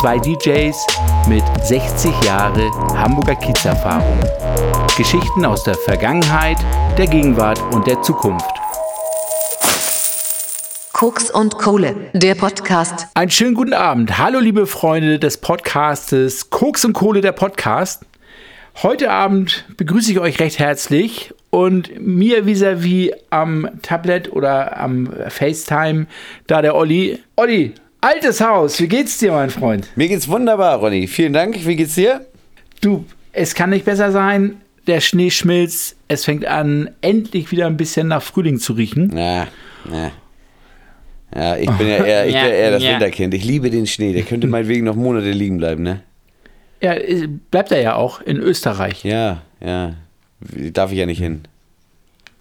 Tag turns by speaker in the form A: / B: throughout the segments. A: Zwei DJs mit 60 Jahre Hamburger Kiez-Erfahrung. Geschichten aus der Vergangenheit, der Gegenwart und der Zukunft.
B: Koks und Kohle, der Podcast.
A: Einen schönen guten Abend. Hallo, liebe Freunde des Podcastes Koks und Kohle, der Podcast. Heute Abend begrüße ich euch recht herzlich und mir vis-à-vis am Tablet oder am FaceTime da der Olli. Olli, altes Haus, wie geht's dir, mein Freund?
C: Mir geht's wunderbar, Ronny. Vielen Dank. Wie geht's dir?
A: Du, es kann nicht besser sein. Der Schnee schmilzt. Es fängt an, endlich wieder ein bisschen nach Frühling zu riechen.
C: Na, na. Ja, ich bin ja eher, ich bin ja eher das
A: Ja.
C: Winterkind. Ich liebe den Schnee. Der könnte meinetwegen noch Monate liegen bleiben, ne?
A: Ja, äh, bleibt er ja auch in Österreich.
C: Ja, ja. Wie- Darf ich ja nicht hin.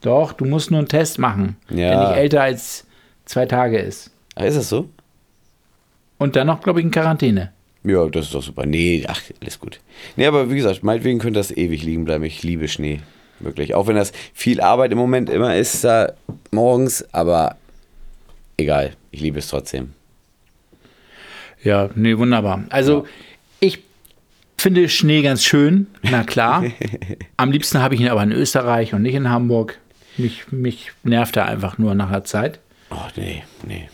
A: Doch, du musst nur einen Test machen, der
C: Ja.
A: nicht älter als zwei Tage ist.
C: Ach, Ah, ist das so?
A: Und dann noch, glaube ich, in Quarantäne.
C: Ja, das ist doch super. Nee, ach, alles gut. Nee, aber wie gesagt, meinetwegen könnte das ewig liegen bleiben. Ich liebe Schnee. Wirklich. Auch wenn das viel Arbeit im Moment immer ist, da morgens, aber egal. Ich liebe es trotzdem.
A: Ja, nee, wunderbar. Also ich finde Schnee ganz schön, na klar. Am liebsten habe ich ihn aber in Österreich und nicht in Hamburg. Mich, mich nervt er einfach nur nach der Zeit.
C: Oh, nee, nee.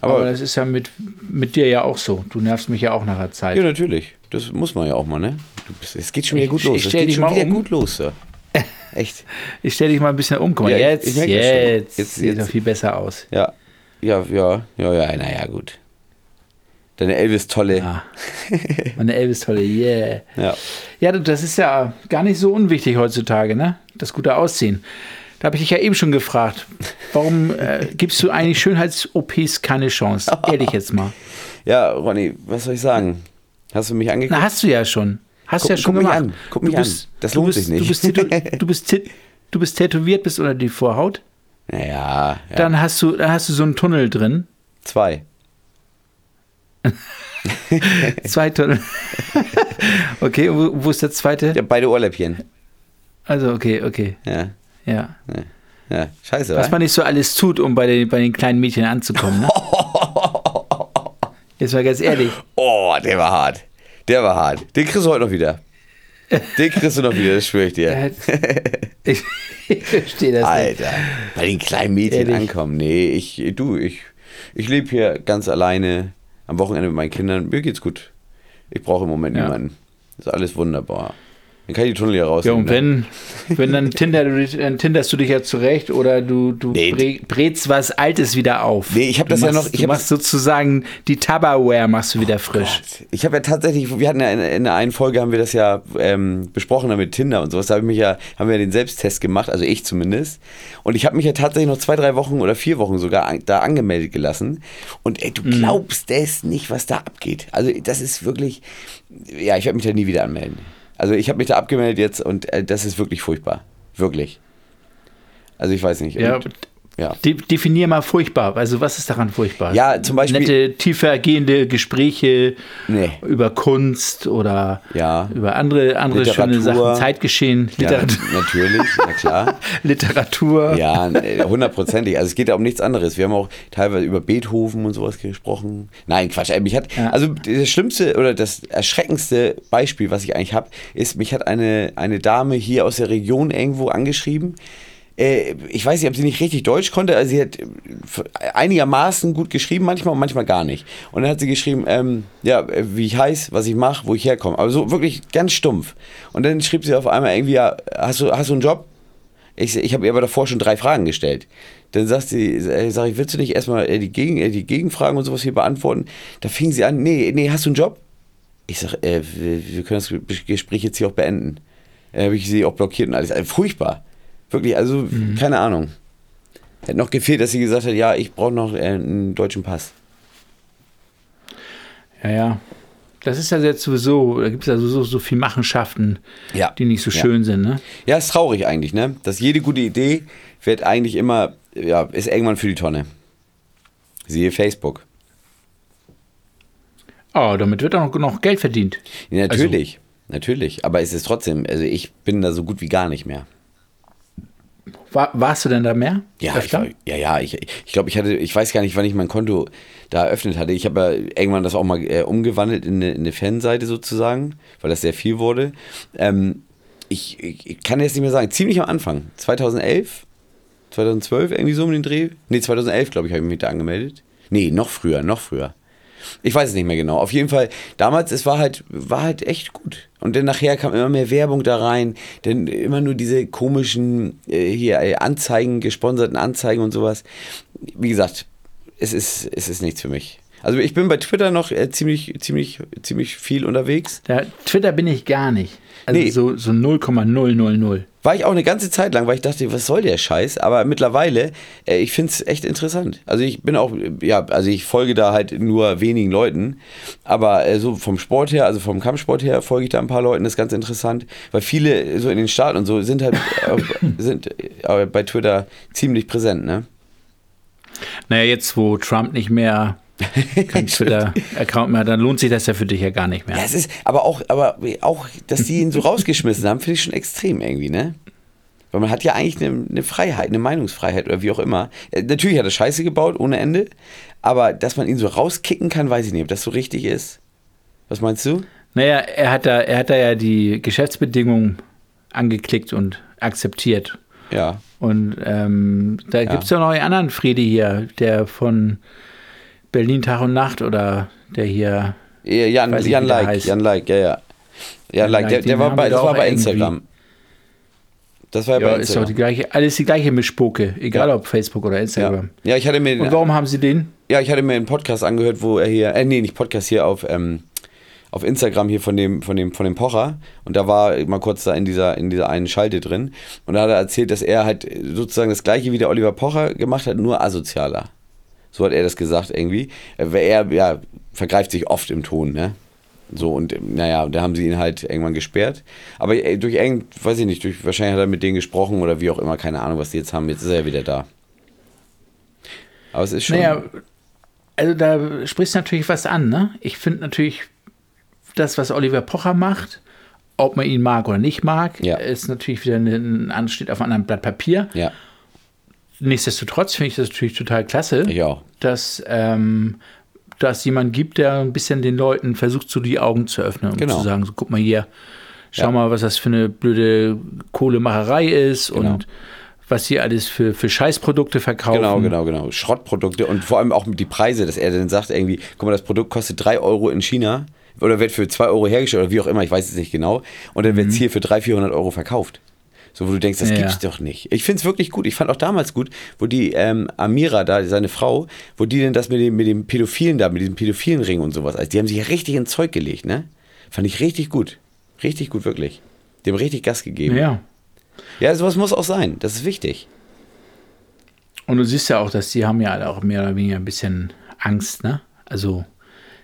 A: Aber,
C: Aber,
A: das ist ja mit, mit dir ja auch so. Du nervst mich ja auch nach der Zeit.
C: ja, natürlich. Das muss man ja auch mal, ne? Du bist- Es geht schon wieder
A: Ich-
C: gut
A: ich
C: los. Es
A: stell
C: geht
A: dich
C: schon
A: mal
C: wieder
A: um.
C: gut los, so. Echt.
A: Ich stelle dich mal ein bisschen um. Guck mal,
C: Ja, ich-
A: jetzt,
C: ich merk das schon.
A: jetzt,
C: Jetzt-
A: sieht er
C: jetzt.
A: viel besser aus.
C: Ja, ja, ja, ja, ja, naja, gut. Deine Elvis-Tolle. Ja.
A: Ja. Meine Elvis-Tolle, yeah.
C: Ja.
A: Ja, du, das ist ja gar nicht so unwichtig heutzutage, ne? Das gute Aussehen. Da habe ich dich ja eben schon gefragt, warum äh, gibst du eigentlich Schönheits-OPs keine Chance? Ehrlich jetzt mal.
C: Ronny, was soll ich sagen? Hast du mich angeguckt?
A: Na, hast du ja schon. Hast
C: Guck-
A: du ja schon
C: guck mich
A: gemacht.
C: an, guck
A: Du
C: mich an. Das lohnt
A: du bist,
C: sich nicht.
A: Du bist, tätow- du, bist tät- du bist tätowiert bis unter die Vorhaut.
C: Naja, ja,
A: Dann, hast du, dann hast du so einen Tunnel drin.
C: zwei.
A: Zwei Tunnel. okay, und wo, wo ist der zweite?
C: Ja, beide Ohrläppchen.
A: Also, okay, okay.
C: Ja,
A: Ja.
C: ja. Scheiße,
A: Was
C: wa?
A: man nicht so alles tut, um bei den, bei den kleinen Mädchen anzukommen. Ne? Jetzt mal ganz ehrlich.
C: Oh, der war hart. Der war hart. Den kriegst du heute noch wieder. Den kriegst du noch wieder, das schwöre ich dir.
A: Äh, Ich, ich verstehe das nicht.
C: Alter, bei den kleinen Mädchen
A: Ehrlich.
C: ankommen. Nee, ich, du, ich, ich lebe hier ganz alleine am Wochenende mit meinen Kindern. Mir geht's gut. Ich brauche im Moment
A: Ja.
C: niemanden. Ist alles wunderbar. Dann kann ich die Tunnel hier raus.
A: Ja, und wenn, wenn dann, Tinder, du dich- dann tinderst du dich ja zurecht oder du, du
C: Nee.
A: bre- brätst was Altes wieder auf.
C: Nee, ich hab
A: Du
C: das Oh ja
A: machst-
C: noch- ich
A: Du
C: hab-
A: machst sozusagen die Tupperware machst du wieder frisch.
C: Ich habe ja tatsächlich, wir hatten ja in, in der einen Folge haben wir das ja ähm, besprochen da mit Tinder und sowas. Da habe ich mich ja, haben wir ja den Selbsttest gemacht, also ich zumindest. Und ich habe mich ja tatsächlich noch zwei, drei Wochen oder vier Wochen sogar an, da angemeldet gelassen. Und ey, du glaubst es nicht, was da abgeht. Also das ist wirklich, ja, ich werde mich da nie wieder anmelden. Also ich habe mich da abgemeldet jetzt und äh, das ist wirklich furchtbar, wirklich. Also ich weiß nicht.
A: ja,
C: Und, ja.
A: De definier mal furchtbar. Also was ist daran furchtbar?
C: Ja, zum Beispiel-
A: Nette, tiefergehende Gespräche
C: Nee.
A: über Kunst oder
C: Ja.
A: über andere, andere schöne
C: Literatur.
A: Sachen, Zeitgeschehen,
C: ja,
A: Literatur.
C: natürlich, na klar.
A: Literatur.
C: Ja, nee, hundertprozentig. Also es geht ja um nichts anderes. Wir haben auch teilweise über Beethoven und sowas gesprochen. Nein, Quatsch. ey, Mich hat,
A: Ja.
C: Also das schlimmste oder das erschreckendste Beispiel, was ich eigentlich habe, ist, mich hat eine, eine Dame hier aus der Region irgendwo angeschrieben. Äh, Ich weiß nicht, ob sie nicht richtig Deutsch konnte. Also sie hat äh, einigermaßen gut geschrieben, manchmal und manchmal gar nicht. Und dann hat sie geschrieben, ähm, ja, äh, wie ich heiße, was ich mache, wo ich herkomme. Aber so wirklich ganz stumpf. Und dann schrieb sie auf einmal irgendwie, ja, hast du, hast du einen Job? Ich, ich habe ihr aber davor schon drei Fragen gestellt. Dann sagt sie, äh, sag ich, willst du nicht erstmal äh, die, Gegen, äh, die Gegenfragen und sowas hier beantworten? Da fing sie an, nee, nee, hast du einen Job? Ich sage, äh, wir, wir können das Ge- Gespräch jetzt hier auch beenden. Äh, habe ich sie auch blockiert und alles. Äh, furchtbar. Wirklich, also
A: Mhm.
C: keine Ahnung. Hätte noch gefehlt, dass sie gesagt hat, ja, ich brauche noch äh, einen deutschen Pass.
A: Ja, ja. Das ist ja jetzt sowieso, da gibt es ja sowieso so viel Machenschaften,
C: Ja.
A: die nicht so
C: Ja.
A: schön sind, ne?
C: Ja, ist traurig eigentlich, ne? Dass jede gute Idee wird eigentlich immer, ja, ist irgendwann für die Tonne. Siehe Facebook.
A: Oh, damit wird auch noch- noch Geld verdient.
C: Ja, natürlich, natürlich. Aber es ist trotzdem, also ich bin da so gut wie gar nicht mehr.
A: Also, War, warst du denn da mehr?
C: Ja, ich,
A: Öfter?
C: war- ja, ja, ich, ich glaube, ich hatte, ich weiß gar nicht, wann ich mein Konto da eröffnet hatte. Ich habe ja irgendwann das auch mal äh, umgewandelt in eine, in eine Fanseite sozusagen, weil das sehr viel wurde. Ähm, ich, ich, ich kann jetzt nicht mehr sagen, ziemlich am Anfang, 2011, 2012, irgendwie so um den Dreh. Nee, 2011, glaube ich, habe ich mich da angemeldet. Nee, noch früher, noch früher. Ich weiß es nicht mehr genau. Auf jeden Fall, damals, es war halt, war halt echt gut. Und dann nachher kam immer mehr Werbung da rein. Dann immer nur diese komischen äh, hier äh, Anzeigen, gesponserten Anzeigen und sowas. Wie gesagt, es ist, es ist nichts für mich. Also ich bin bei Twitter noch äh, ziemlich, ziemlich, ziemlich viel unterwegs.
A: Da, Twitter bin ich gar nicht. Also
C: Nee.
A: so, so 0,000.
C: War ich auch eine ganze Zeit lang, weil ich dachte, was soll der Scheiß? Aber mittlerweile, äh, ich finde es echt interessant. Also ich bin auch, äh, ja, also ich folge da halt nur wenigen Leuten. Aber äh, so vom Sport her, also vom Kampfsport her, folge ich da ein paar Leuten, das ist ganz interessant. Weil viele äh, so in den Staaten und so sind halt äh, sind, äh, bei Twitter ziemlich präsent, ne?
A: Naja, jetzt wo Trump nicht mehr kein Twitter-Account mehr, hat, dann lohnt sich das ja für dich ja gar nicht mehr.
C: Ja, es ist, aber auch, aber auch, dass die ihn so rausgeschmissen haben, finde ich schon extrem irgendwie, ne? Weil man hat ja eigentlich eine, eine Freiheit, eine Meinungsfreiheit oder wie auch immer. Äh, Natürlich hat er Scheiße gebaut, ohne Ende. Aber dass man ihn so rauskicken kann, weiß ich nicht, ob das so richtig ist. Was meinst du?
A: Naja, er hat, da, er hat da ja die Geschäftsbedingungen angeklickt und akzeptiert.
C: Ja.
A: Und ähm, da gibt es ja noch einen anderen Friede hier, der von Berlin Tag und Nacht oder der hier.
C: Äh, Jan,
A: Weiß nicht,
C: Jan
A: wie der
C: Like,
A: heißt.
C: Jan Like, ja, ja. Jan Like,
A: Like,
C: der, der
A: den
C: war
A: haben
C: bei,
A: wir
C: das
A: doch
C: war bei
A: irgendwie.
C: Instagram. Das war ja,
A: Ja,
C: bei
A: ist doch
C: Instagram.
A: die gleiche, alles die gleiche Mischpoke, egal
C: Ja.
A: ob Facebook oder
C: ja.
A: Instagram.
C: ja, ich hatte mir den
A: Und warum haben sie den?
C: Ja, ich hatte mir einen Podcast angehört, wo er hier, äh, nee, nicht Podcast, hier auf, ähm, auf Instagram hier von dem, von dem, von dem Pocher. Und da war mal kurz da in dieser, in dieser einen Schalte drin. Und da hat er erzählt, dass er halt sozusagen das gleiche wie der Oliver Pocher gemacht hat, nur asozialer. So hat er das gesagt irgendwie. Äh, weil Er, ja, vergreift sich oft im Ton, ne? So, und äh, naja, da haben sie ihn halt irgendwann gesperrt. Aber äh, durch irgend, weiß ich nicht, durch, wahrscheinlich hat er mit denen gesprochen oder wie auch immer, keine Ahnung, was die jetzt haben. Jetzt ist er ja wieder da. Aber es ist schon.
A: Naja, also da sprichst du natürlich was an, ne? Ich finde natürlich das, was Oliver Pocher macht, ob man ihn mag oder nicht mag,
C: Ja.
A: ist natürlich wieder ein, ein steht auf einem anderen Blatt Papier.
C: ja.
A: Nichtsdestotrotz finde ich das natürlich total klasse,
C: Ich auch.
A: dass ähm, dass jemand gibt, der ein bisschen den Leuten versucht, so die Augen zu öffnen und
C: Genau.
A: zu sagen, so guck mal hier, schau
C: Ja.
A: mal, was das für eine blöde Kohlemacherei ist
C: Genau.
A: und was hier alles für, für Scheißprodukte verkaufen.
C: Genau, genau, genau. Schrottprodukte und vor allem auch die Preise, dass er dann sagt, irgendwie, guck mal, das Produkt kostet 3 Euro in China oder wird für 2 Euro hergestellt oder wie auch immer, ich weiß es nicht genau. Und dann wird es hier für 300, 400 Euro verkauft. So, wo du denkst, das
A: Mhm. Ja.
C: gibt's doch nicht. Ich find's wirklich gut. Ich fand auch damals gut, wo die ähm, Amira da, seine Frau, wo die denn das mit dem, mit dem Pädophilen da, mit diesem pädophilen Ring und sowas, also die haben sich ja richtig ins Zeug gelegt, ne? Fand ich richtig gut. Richtig gut, wirklich. Dem richtig Gas gegeben. Ja,
A: Ja.
C: ja sowas muss auch sein. Das ist wichtig.
A: Und du siehst ja auch, dass die haben ja alle auch mehr oder weniger ein bisschen Angst, ne? Also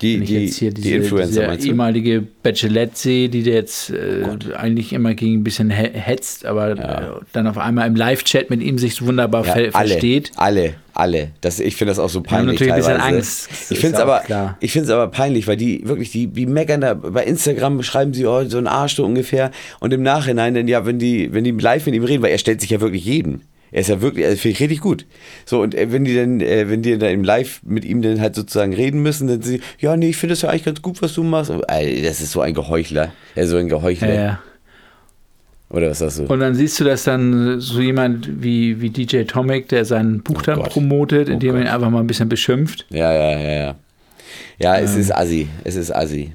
C: Die,
A: wenn ich
C: die,
A: jetzt hier diese,
C: die Influencer, meinst
A: diese
C: du?
A: ehemalige Bachelette sehe, die da jetzt äh, eigentlich immer gegen ein bisschen he- hetzt, aber äh, dann auf einmal im Live-Chat mit ihm sich so wunderbar
C: Ja,
A: ver
C: alle,
A: versteht.
C: Alle, alle. Das, ich finde das auch so
A: haben
C: peinlich.
A: natürlich ein bisschen
C: teilweise.
A: Angst. Das
C: Ich
A: ist
C: finde es
A: auch
C: aber,
A: klar.
C: ich find's aber peinlich, weil die wirklich, die, die meckern da bei Instagram, schreiben sie oh, so ein Arsch so ungefähr. Und im Nachhinein, dann ja, wenn die, wenn die live mit ihm reden, weil er stellt sich ja wirklich jeden. Er ist ja wirklich, also finde ich richtig gut. So, und äh, wenn die dann, äh, wenn die dann im Live mit ihm dann halt sozusagen reden müssen, dann sie, ja, nee, ich finde das ja eigentlich ganz gut, was du machst. Und, äh, das ist so ein Geheuchler. Er ist so ein Geheuchler.
A: Äh,
C: Oder was sagst du?
A: und dann siehst du, dass dann so jemand wie, wie DJ Tomic, der sein Buch dann
C: Gott.
A: promotet,
C: Oh
A: indem er ihn
C: Gott.
A: einfach mal ein bisschen beschimpft.
C: Ja, ja, ja, ja. Ja, es
A: Ähm.
C: ist assi. Es ist assi.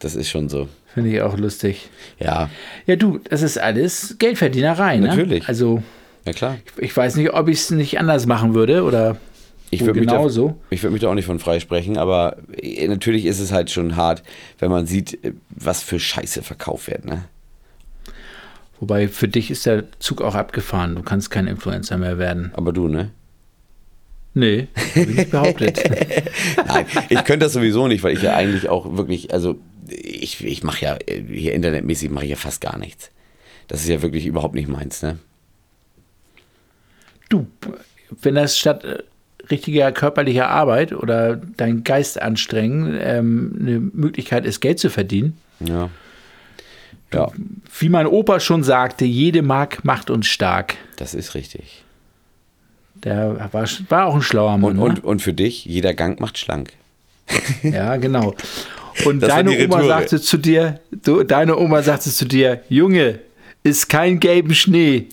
C: Das ist schon so.
A: Finde ich auch lustig.
C: Ja,
A: Ja, du, das ist alles Geldverdienerei, ne?
C: Natürlich.
A: Also,
C: na klar.
A: ich weiß nicht, ob ich es nicht anders machen würde oder
C: Ich
A: Wo genau
C: würde mich, da-
A: genauso?
C: ich würd mich da auch nicht von freisprechen, aber äh, natürlich ist es halt schon hart, wenn man sieht, äh, was für Scheiße verkauft wird. Ne?
A: Wobei für dich ist der Zug auch abgefahren. Du kannst kein Influencer mehr werden.
C: Aber du, ne?
A: Nee, hab ich nicht behauptet.
C: Nein, ich könnte das sowieso nicht, weil ich ja eigentlich auch wirklich, also ich, ich mache ja äh, hier internetmäßig mache ich ja fast gar nichts. Das ist ja wirklich überhaupt nicht meins, ne?
A: Du, wenn das statt äh, richtiger körperlicher Arbeit oder deinen Geist anstrengen ähm, eine Möglichkeit ist, Geld zu verdienen,
C: Ja. Ja,
A: Wie mein Opa schon sagte, jede Mark macht uns stark.
C: das ist richtig.
A: Der war, war auch ein schlauer Mann.
C: Und,
A: ne?
C: und, und für dich, jeder Gang macht schlank.
A: Ja, genau. Und
C: Das war
A: deine
C: die
A: Oma
C: Retoure.
A: sagte zu dir, du, deine Oma sagte zu dir, Junge, ist kein gelben Schnee.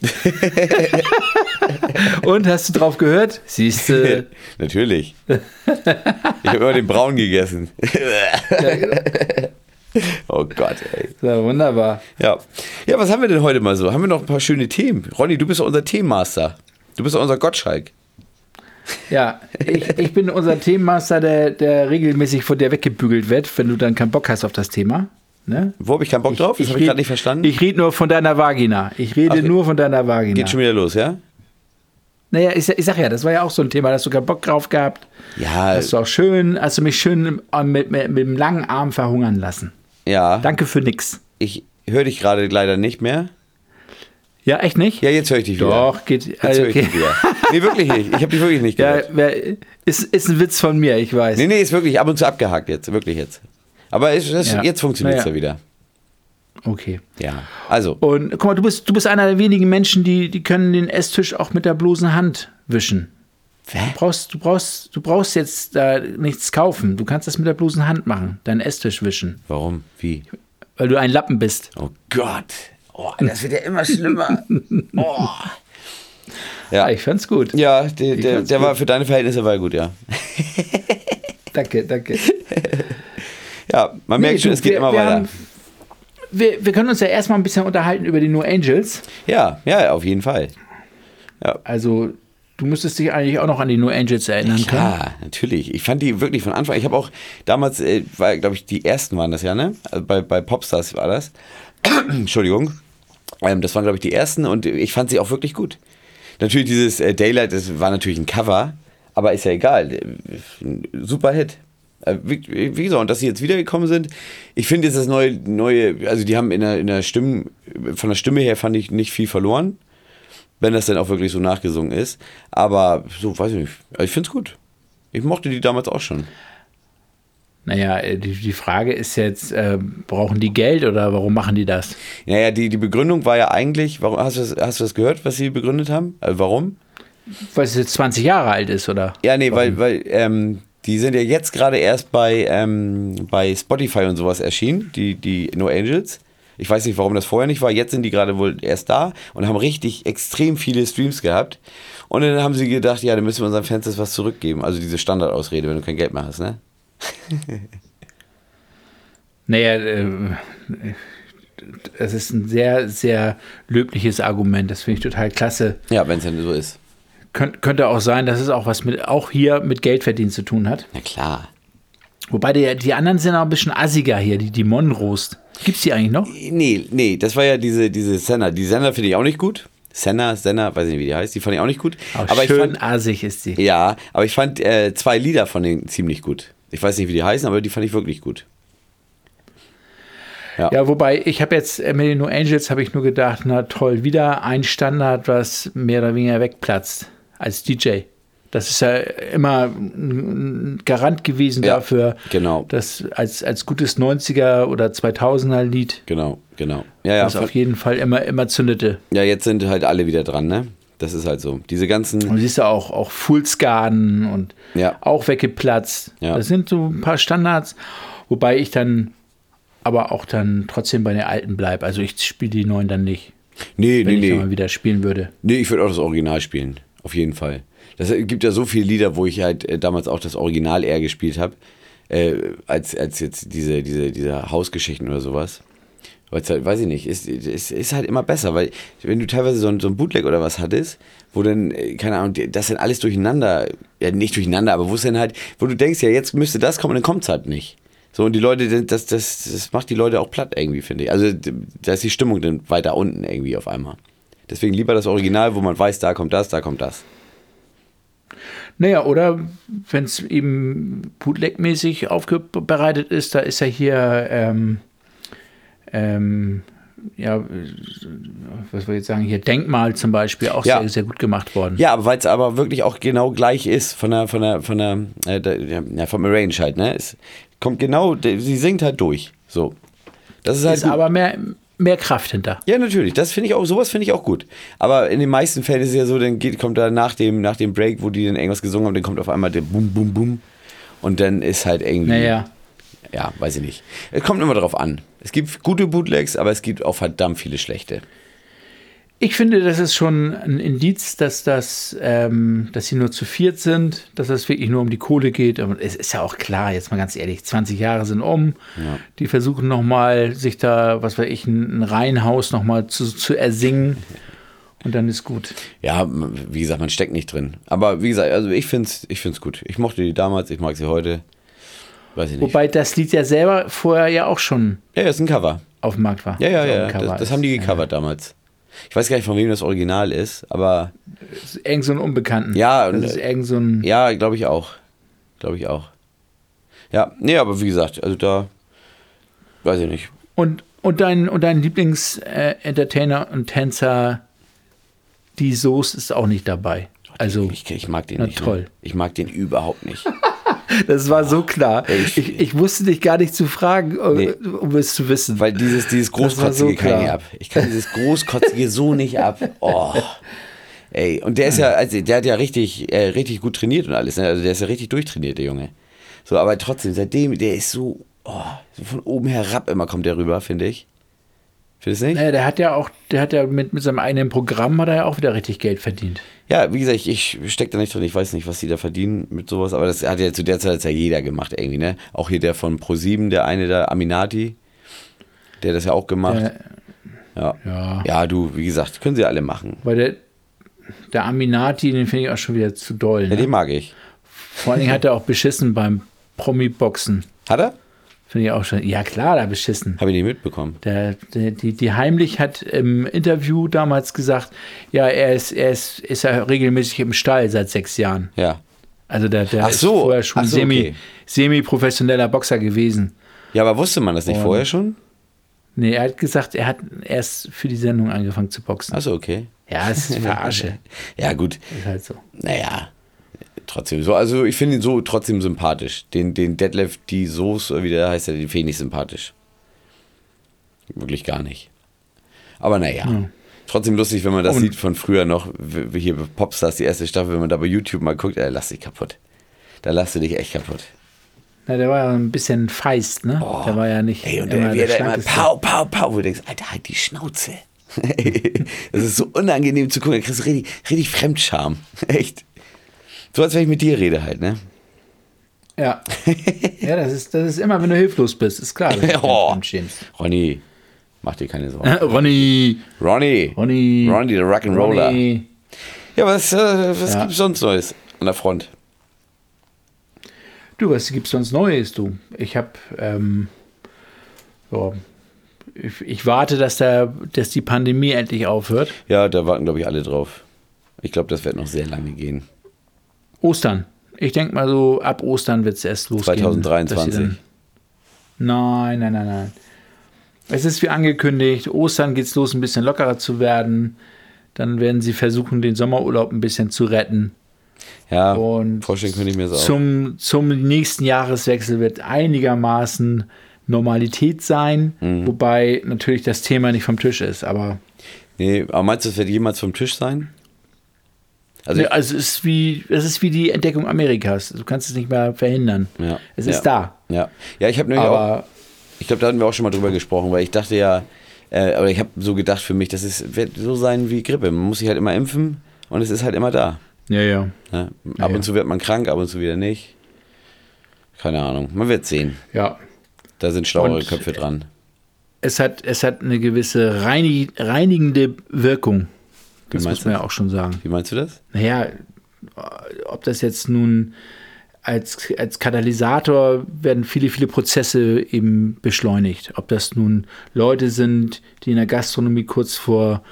A: Und hast du drauf gehört? Siehst du,
C: Natürlich. Ich habe immer den Braun gegessen.
A: genau.
C: oh Gott, ey.
A: ja, wunderbar.
C: Ja. ja, was haben wir denn heute mal so? Haben wir noch ein paar schöne Themen? Ronny, du bist doch unser Themenmaster. Du bist doch unser Gottschalk.
A: Ja, ich, ich bin unser Themenmaster, der, der regelmäßig von dir weggebügelt wird, wenn du dann keinen Bock hast auf das Thema. Ne?
C: Wo habe ich keinen Bock drauf? Das habe ich
A: red-
C: gerade nicht verstanden.
A: Ich rede nur von deiner Vagina. Ich rede
C: Ach,
A: nur von deiner Vagina.
C: Geht schon wieder los, ja?
A: Naja, ich, ich sag ja, das war ja auch so ein Thema, da hast du keinen Bock drauf gehabt.
C: Ja,
A: Hast du auch schön, hast du mich schön ähm, mit, mit, mit dem langen Arm verhungern lassen.
C: ja.
A: Danke für nix.
C: Ich höre dich gerade leider nicht mehr.
A: Ja, echt nicht?
C: Ja, jetzt höre ich dich wieder.
A: Doch, geht.
C: Jetzt
A: Also,
C: höre ich
A: okay.
C: dich wieder. Nee, wirklich nicht. Ich habe dich wirklich nicht
A: Ja,
C: gehört.
A: wer, ist, ist ein Witz von mir, ich weiß.
C: Nee, nee, ist wirklich ab und zu abgehakt jetzt. Wirklich jetzt. Aber es, es,
A: Ja.
C: jetzt funktioniert es ja.
A: Naja.
C: wieder.
A: Okay.
C: Ja. Also,
A: Und guck mal, du bist, du bist einer der wenigen Menschen, die, die können den Esstisch auch mit der bloßen Hand wischen. Du brauchst, du brauchst, du braust jetzt da nichts kaufen. Du kannst das mit der bloßen Hand machen, deinen Esstisch wischen,
C: warum? Wie?
A: weil du ein Lappen bist.
C: Oh Gott. Oh, das wird ja immer schlimmer. Oh. Ja,
A: Ah, ich fand's gut.
C: ja der, der,
A: fand's
C: der
A: gut.
C: war für deine Verhältnisse war gut, ja.
A: Danke, danke.
C: Ja, man merkt schon,
A: du,
C: es geht
A: wir-
C: immer
A: wir
C: weiter.
A: haben- wir, wir können uns ja erstmal ein bisschen unterhalten über die New Angels.
C: ja, ja, auf jeden Fall.
A: Also, du müsstest dich eigentlich auch noch an die New Angels erinnern. können.
C: Klar, natürlich. Ich fand die wirklich von Anfang. Ich habe auch damals, äh, war, glaube ich, die ersten waren das ja, ne? Also bei, bei Popstars war das. Entschuldigung. Ähm, das waren, glaube ich, die ersten und ich fand sie auch wirklich gut. Natürlich, dieses äh, Daylight, das war natürlich ein Cover, aber ist ja egal. Äh, ein Super Hit. Äh, Wie, wie gesagt, und dass sie jetzt wiedergekommen sind, ich finde jetzt das neue, neue, also die haben in der, in der Stimme, von der Stimme her fand ich nicht viel verloren, wenn das dann auch wirklich so nachgesungen ist. Aber so, weiß ich nicht, Also ich finde es gut. Ich mochte die damals auch schon.
A: Naja, äh, die, die Frage ist jetzt, äh, brauchen die Geld oder warum machen die das?
C: Naja, die, die Begründung war ja eigentlich, warum, hast, du das, hast du das gehört, was sie begründet haben? Äh, warum?
A: Weil es jetzt 20 Jahre alt ist, oder?
C: Ja, nee, weil, weil ähm, die sind ja jetzt gerade erst bei, ähm, bei Spotify und sowas erschienen, die, die No Angels. Ich weiß nicht, warum das vorher nicht war. Jetzt sind die gerade wohl erst da und haben richtig extrem viele Streams gehabt. Und dann haben sie gedacht, ja, dann müssen wir unseren Fans jetzt was zurückgeben. Also diese Standardausrede, wenn du kein Geld mehr hast, ne?
A: Naja, äh, das ist ein sehr, sehr löbliches Argument. Das finde ich total klasse.
C: Ja, wenn es denn so ist.
A: Könnt, könnte auch sein, dass es auch was mit, auch hier mit Geldverdienen zu tun hat.
C: Na klar.
A: Wobei die, die anderen sind auch ein bisschen assiger hier, die, die Monroes. Gibt's die eigentlich noch?
C: Nee, nee, das war ja diese, diese Senna. Die Senna finde ich auch nicht gut. Senna, Senna, weiß ich nicht, wie die heißt. Die fand ich auch nicht gut.
A: Auch
C: aber ich fand,
A: Ah, schön assig ist sie.
C: Ja, aber ich fand äh, zwei Lieder von denen ziemlich gut. Ich weiß nicht, wie die heißen, aber die fand ich wirklich gut.
A: Ja, wobei ich habe jetzt äh, mit den New Angels habe ich nur gedacht, na toll, wieder ein Standard, was mehr oder weniger wegplatzt als DJ. Das ist ja immer ein ein Garant gewesen
C: Ja,
A: dafür,
C: genau.
A: dass als, als gutes 90er oder 2000er Lied,
C: Genau, genau. Ja, ja,
A: das auf jeden Fall immer, immer zündete.
C: ja, jetzt sind halt alle wieder dran, ne? Das ist halt so. Diese ganzen.
A: Und siehst du auch, auch Fool's Garden und
C: Ja.
A: auch weggeplatzt.
C: Ja.
A: Das sind so ein paar Standards, wobei ich dann aber auch dann trotzdem bei den alten bleibe. Also ich spiele die neuen dann nicht,
C: Nee,
A: wenn
C: nee,
A: ich da
C: nee.
A: mal wieder spielen würde.
C: Nee, ich würde auch das Original spielen. Auf jeden Fall. Das gibt ja so viele Lieder, wo ich halt äh, damals auch das Original eher gespielt habe, äh, als, als jetzt diese, diese, diese Hausgeschichten oder sowas. Weil's halt, weiß ich nicht, ist, ist, ist halt immer besser, weil wenn du teilweise so ein, so ein Bootleg oder was hattest, wo dann, äh, keine Ahnung, das dann alles durcheinander, ja nicht durcheinander, aber wo es dann halt, wo du denkst, ja jetzt müsste das kommen und dann kommt es halt nicht. So und die Leute, das, das, das macht die Leute auch platt irgendwie, finde ich. Also da ist die Stimmung dann weiter unten irgendwie auf einmal. Deswegen lieber das Original, wo man weiß, da kommt das, da kommt das.
A: Naja, oder wenn es eben bootleg-mäßig aufbereitet ist, da ist ja hier, ähm, ähm, ja, äh, was wir jetzt sagen, hier Denkmal zum Beispiel auch
C: Ja.
A: sehr, sehr gut gemacht worden.
C: Ja, aber weil es aber wirklich auch genau gleich ist von der, von der, von der, äh, der, der ja, vom Arrange halt, ne? Es kommt genau, der- sie singt halt durch. So. Das ist halt.
A: ist
C: gut.
A: aber mehr, mehr Kraft hinter.
C: Ja, natürlich. Das finde ich auch, sowas finde ich auch gut. Aber in den meisten Fällen ist es ja so, dann geht, kommt da nach dem, nach dem Break, wo die dann irgendwas gesungen haben, dann kommt auf einmal der Bum, Bum, Bum. Und dann ist halt irgendwie.
A: Naja.
C: Ja, weiß ich nicht. Es kommt immer drauf an. Es gibt gute Bootlegs, aber es gibt auch verdammt viele schlechte.
A: Ich finde, das ist schon ein Indiz, dass das, ähm, dass sie nur zu viert sind, dass das wirklich nur um die Kohle geht. Und es ist ja auch klar, jetzt mal ganz ehrlich, 20 Jahre sind um. Die versuchen nochmal, sich da, was weiß ich, ein ein Reihenhaus nochmal zu, zu ersingen. Und dann ist gut.
C: Ja, m- wie gesagt, man steckt nicht drin. Aber wie gesagt, also ich finde es ich find's gut. Ich mochte die damals, ich mag sie heute. Weiß ich nicht.
A: Wobei das Lied ja selber vorher ja auch schon
C: Ja, ja, ist ein Cover.
A: auf dem Markt war.
C: Ja, ja,
A: Also
C: ja.
A: auf dem Cover
C: Das, das
A: ist.
C: haben die gecovert damals. Ich weiß gar nicht, von wem das Original ist, aber
A: Das ist Irgend so ein Unbekannten.
C: Ja,
A: das
C: und- äh,
A: ist irgend so ein.
C: ja, glaube ich auch. Glaube ich auch. Ja, nee, aber wie gesagt, also da weiß ich nicht.
A: Und, und dein, und dein Lieblings-Entertainer und Tänzer, die Soos, ist auch nicht dabei. Also,
C: Oh, Ich, ich mag den
A: Na
C: nicht.
A: toll.
C: Ne? Ich mag den überhaupt nicht. Oh,
A: das war so klar. Ich, ich, wusste dich gar nicht zu fragen, um,
C: Nee.
A: um es zu wissen.
C: Weil dieses, dieses
A: Das war so
C: Großkotzige kann ich nicht
A: klar.
C: ab. Ich kann dieses Großkotzige so nicht ab. Oh. Ey, und der ist ja, also der hat ja richtig, äh, richtig gut trainiert und alles. Ne? Also der ist ja richtig durchtrainiert, der Junge. So, aber trotzdem, seitdem, der ist so, oh, so von oben herab immer kommt der rüber, finde ich. Findest du nicht?
A: Naja, Äh, der hat ja auch, der hat ja mit, mit seinem eigenen Programm hat er ja auch wieder richtig Geld verdient.
C: Ja, wie gesagt, ich stecke da nicht drin. Ich weiß nicht, was die da verdienen mit sowas, aber das hat ja zu der Zeit hat's ja jeder gemacht irgendwie, ne? Auch hier der von Pro7, der eine da, Aminati, der hat das ja auch gemacht.
A: Äh,
C: ja.
A: ja.
C: ja, du, wie gesagt, können sie alle machen.
A: Weil der, der Aminati, den finde ich auch schon wieder zu doll.
C: Ja,
A: Ne?
C: den mag ich.
A: Vor allen Dingen hat er auch beschissen beim Promi-Boxen.
C: Hat er?
A: Finde ich auch schon. Ja, klar, da beschissen.
C: Habe ich nicht mitbekommen.
A: Der, der, die, die Heimlich hat im Interview damals gesagt, ja, er ist, er ist, ist ja regelmäßig im Stall seit sechs Jahren.
C: Ja.
A: Also der, der
C: Ach so,
A: ist vorher schon
C: ach so,
A: semi,
C: okay.
A: semi-professioneller Boxer gewesen.
C: Ja, aber wusste man das nicht vorher schon?
A: Nee, er hat gesagt, er hat erst für die Sendung angefangen zu boxen.
C: Achso, okay.
A: Ja, es ist Verarsche.
C: Ja, gut.
A: ist halt so.
C: Naja. Trotzdem so. Also, ich finde ihn so trotzdem sympathisch. Den, den Detlef, die Soße, wie der heißt, ja, den finde ich nicht sympathisch. Wirklich gar nicht. Aber naja. Trotzdem lustig, wenn man das
A: Und-
C: sieht von früher noch, w- hier bei Popstars, die erste Staffel, wenn man da bei YouTube mal guckt, ey, lass dich kaputt. Da lass du dich echt kaputt.
A: Na, der war ja ein bisschen feist, ne? der war ja nicht
C: Oh. Ey, und der, wie er da immer
A: Schlankeste.
C: pau, pau, pau, wo du denkst, Alter, halt die Schnauze. das ist so unangenehm zu gucken, da kriegst du richtig, richtig Fremdscham. Echt. So als wenn ich mit dir rede halt, ne?
A: Ja, ja das, ist, das ist immer, wenn du hilflos bist, ist klar. dass du dich
C: Oh.
A: dann schämst.
C: Ronny, mach dir keine Sorgen.
A: Ronny,
C: Ronny.
A: Ronny.
C: Ronny, der Rock'n'Roller.
A: Ronny.
C: Ja, was, äh, was
A: Ja.
C: gibt's sonst Neues an der Front?
A: Du, was gibt's sonst Neues, du? Ich hab, ähm, ja, ich, ich warte, dass, der, dass die Pandemie endlich aufhört.
C: Ja, da warten, glaube ich, alle drauf. Ich glaube, das wird noch sehr lange gehen.
A: Ostern. Ich denke mal so, ab Ostern wird's erst losgehen.
C: 2023.
A: dass sie dann- Nein, nein, nein, nein. Es ist wie angekündigt, Ostern geht's los, ein bisschen lockerer zu werden. Dann werden sie versuchen, den Sommerurlaub ein bisschen zu retten.
C: Ja,
A: Und
C: vorstellen könnte ich mir das auch.
A: Zum, zum nächsten Jahreswechsel wird einigermaßen Normalität sein,
C: Mhm.
A: wobei natürlich das Thema nicht vom Tisch ist, aber
C: Nee, aber meinst du, es wird jemals vom Tisch sein? Also,
A: Ne, also es ist wie es ist wie die Entdeckung Amerikas. Du kannst es nicht mehr verhindern.
C: ich, ja,
A: Es ist
C: ja,
A: da.
C: Ja, ja ich habe nämlich auch
A: Aber
C: Ich glaube, da hatten wir auch schon mal drüber gesprochen, weil ich dachte ja, äh, aber ich habe so gedacht für mich, das ist, wird so sein wie Grippe. Man muss sich halt immer impfen und es ist halt immer da.
A: ja, ja.
C: Ne? Ab
A: Ja, ja.
C: und zu wird man krank, ab und zu wieder nicht. Keine Ahnung, man wird sehen.
A: Ja.
C: Da sind schlauere
A: Und-
C: Köpfe dran.
A: Es hat, es hat eine gewisse reinig, reinigende Wirkung. Das
C: meinst
A: muss man ja auch schon sagen.
C: Wie meinst du das?
A: naja, ob das jetzt nun als, als Katalysator werden viele, viele Prozesse eben beschleunigt. Ob das nun Leute sind, die in der Gastronomie kurz vor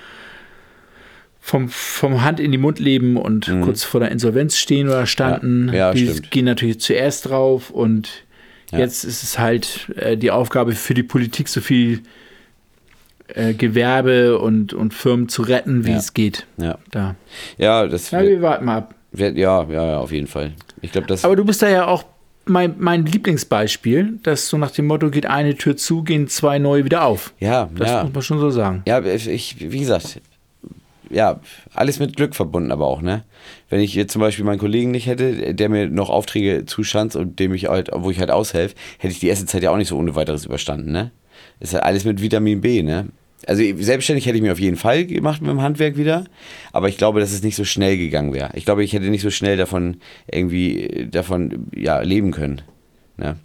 A: vom, vom Hand in die Mund leben und kurz vor der Insolvenz stehen oder standen.
C: Mhm. Ja, ja,
A: die
C: stimmt.
A: gehen natürlich zuerst drauf und jetzt ist es halt äh, die Aufgabe für die Politik, so viel äh, Gewerbe und, und Firmen zu retten, wie
C: Ja.
A: es geht.
C: Ja,
A: Da.
C: ja das
A: Na,
C: wird,
A: wir warten mal ab.
C: wird ja, ja, ja, auf jeden Fall. Ich glaube, das.
A: Aber du bist da ja auch mein, mein Lieblingsbeispiel, das so nach dem Motto geht eine Tür zu, gehen zwei neue wieder auf.
C: Ja,
A: Das
C: ja.
A: muss man schon so sagen.
C: Ja, ich, wie gesagt, ja, alles mit Glück verbunden, aber auch, ne? Wenn ich jetzt zum Beispiel meinen Kollegen nicht hätte, der mir noch Aufträge zuschanzt und dem ich halt, wo ich halt aushelfe, hätte ich die erste Zeit ja auch nicht so ohne weiteres überstanden, ne? Ist halt alles mit Vitamin B, ne? Also selbstständig hätte ich mir auf jeden Fall gemacht mit dem Handwerk wieder, aber ich glaube, dass es nicht so schnell gegangen wäre. Ich glaube, ich hätte nicht so schnell davon irgendwie äh, davon ja leben können. Ne?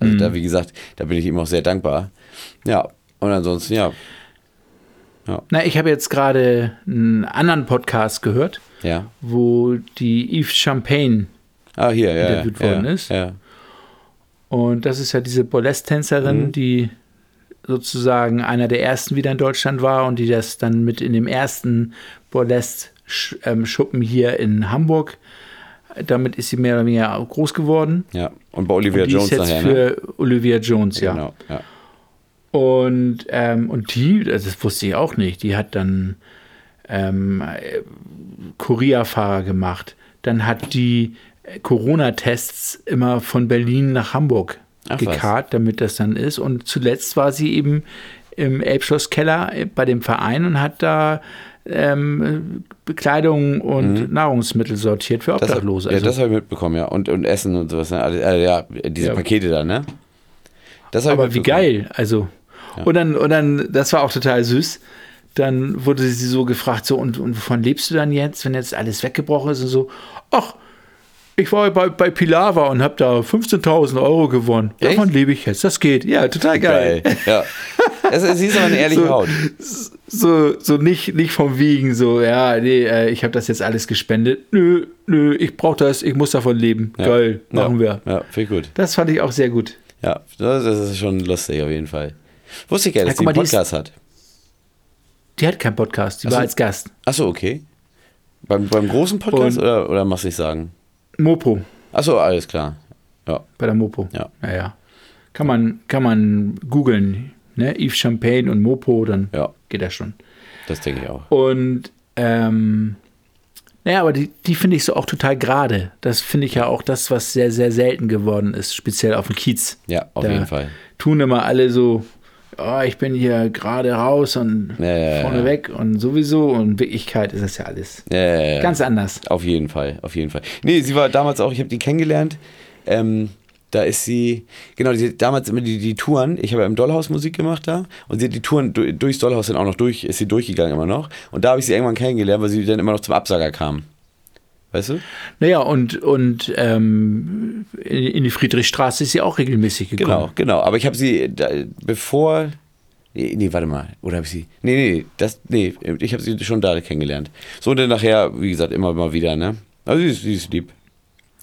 C: Also da wie gesagt, da bin ich ihm auch sehr dankbar. Ja und ansonsten ja,
A: Na, ich habe jetzt gerade einen anderen Podcast gehört,
C: ja.
A: wo die Yves Champagne
C: Ah, hier, ja.
A: interviewt
C: ja,
A: worden
C: ja,
A: ist.
C: Ja.
A: Und das ist ja diese
C: Mhm.
A: Burlesque-Tänzerin, die sozusagen einer der ersten wieder in Deutschland war und die das dann mit in dem ersten Burlesque-Schuppen hier in Hamburg, äh, damit ist sie mehr oder weniger auch groß geworden.
C: ja. Und bei Olivia
A: die
C: Jones
A: ist jetzt
C: nachher, ne?
A: für Olivia Jones, ja.
C: Genau, ja.
A: Und, ähm, und die, also das wusste ich auch nicht, die hat dann ähm, äh, Kurierfahrer gemacht. Dann hat die äh, Corona-Tests immer von Berlin nach Hamburg
C: Ach was.
A: gekarrt, damit das dann ist. Und zuletzt war sie eben im Elbschlosskeller äh, bei dem Verein und hat da ähm, Bekleidung und Nahrungsmittel sortiert für
C: Mhm. Das,
A: Obdachlose.
C: ja,
A: Also,
C: das habe ich mitbekommen, ja. Und, und Essen und sowas. Ne? Alles, äh, ja, diese
A: Ja.
C: Pakete da, ne? Das hab ich
A: Aber wie
C: mitbekommen.
A: geil, also. Und dann, und dann, das war auch total süß. Dann wurde sie so gefragt, so, und, und wovon lebst du dann jetzt, wenn jetzt alles weggebrochen ist und so, ach, ich war bei, bei Pilava und habe da 15.000 Euro gewonnen.
C: Echt?
A: Davon lebe ich jetzt, das geht. Ja, total geil.
C: Geil. Ja. Das, ist- sie ist aber eine ehrliche
A: So.
C: Haut.
A: So, so nicht, nicht vom Wiegen, so, ja, nee, äh, ich habe das jetzt alles gespendet. Nö, nö, ich brauche das, ich muss davon leben.
C: Ja.
A: Geil, machen
C: ja.
A: wir.
C: Ja, finde ich gut.
A: Das fand ich auch sehr gut.
C: Ja, das das ist schon lustig auf jeden Fall. Wusste ich ja, dass
A: guck
C: sie
A: mal,
C: einen
A: die ist-
C: Podcast hat.
A: Die hat keinen Podcast, die
C: so.
A: war als Gast.
C: Achso, okay. Beim, beim großen Podcast
A: Und-
C: oder, oder machst du nicht sagen?
A: Mopo.
C: Achso, alles klar. Ja,
A: Bei der Mopo.
C: Ja.
A: Naja. Kann man, kann man googeln, ne? Yves Champagne und Mopo, dann
C: Ja.
A: geht das schon.
C: das denke ich auch.
A: Und ähm, naja, aber die, die finde ich so auch total gerade. Das finde ich ja auch das, was sehr, sehr selten geworden ist, speziell auf dem Kiez.
C: Ja, auf
A: Da
C: jeden Fall.
A: Tun immer alle so, oh, ich bin hier gerade raus und
C: Ja, ja, ja,
A: vorne
C: ja.
A: weg und sowieso. Und in Wirklichkeit ist das ja alles
C: Ja, ja, ja.
A: ganz anders.
C: Auf jeden Fall, auf jeden Fall. Nee, sie war damals auch, ich habe die kennengelernt. Ähm, da ist sie, genau, die hat damals immer die, die Touren, ich habe ja im Dollhaus Musik gemacht da und sie hat die Touren du, durchs Dollhaus dann auch noch durch, ist sie durchgegangen immer noch. Und da habe ich sie irgendwann kennengelernt, weil sie dann immer noch zum Absager kam. Weißt du?
A: Naja, und, und ähm, in in die Friedrichstraße ist sie auch regelmäßig gekommen.
C: Genau, genau. Aber ich habe sie, da, bevor. Nee, nee, warte mal. Oder habe ich sie. Nee, nee, das, nee, ich habe sie schon da kennengelernt. So und dann nachher, wie gesagt, immer mal wieder, ne? Also sie ist, sie ist lieb.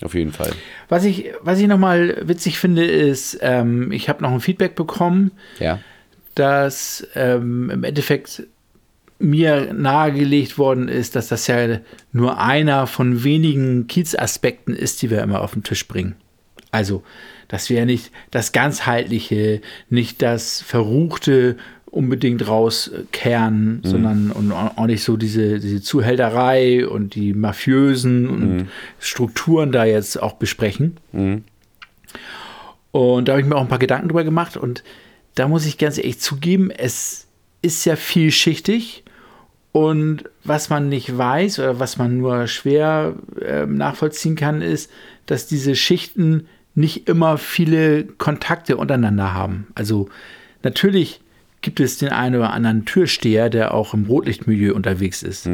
C: Auf jeden Fall.
A: Was ich, was ich nochmal witzig finde, ist, ähm, ich habe noch ein Feedback bekommen,
C: Ja.
A: dass ähm, im Endeffekt mir nahegelegt worden ist, dass das ja nur einer von wenigen Kiez-Aspekten ist, die wir immer auf den Tisch bringen. Also, dass wir ja nicht das Ganzheitliche, nicht das Verruchte unbedingt rauskehren, sondern und au- auch nicht so diese, diese Zuhälterei und die mafiösen und Strukturen da jetzt auch besprechen. Und da habe ich mir auch ein paar Gedanken drüber gemacht. Und da muss ich ganz ehrlich zugeben, es ist ja vielschichtig. Und was man nicht weiß oder was man nur schwer ähm, nachvollziehen kann, ist, dass diese Schichten nicht immer viele Kontakte untereinander haben. Also natürlich gibt es den einen oder anderen Türsteher, der auch im Rotlichtmilieu unterwegs ist.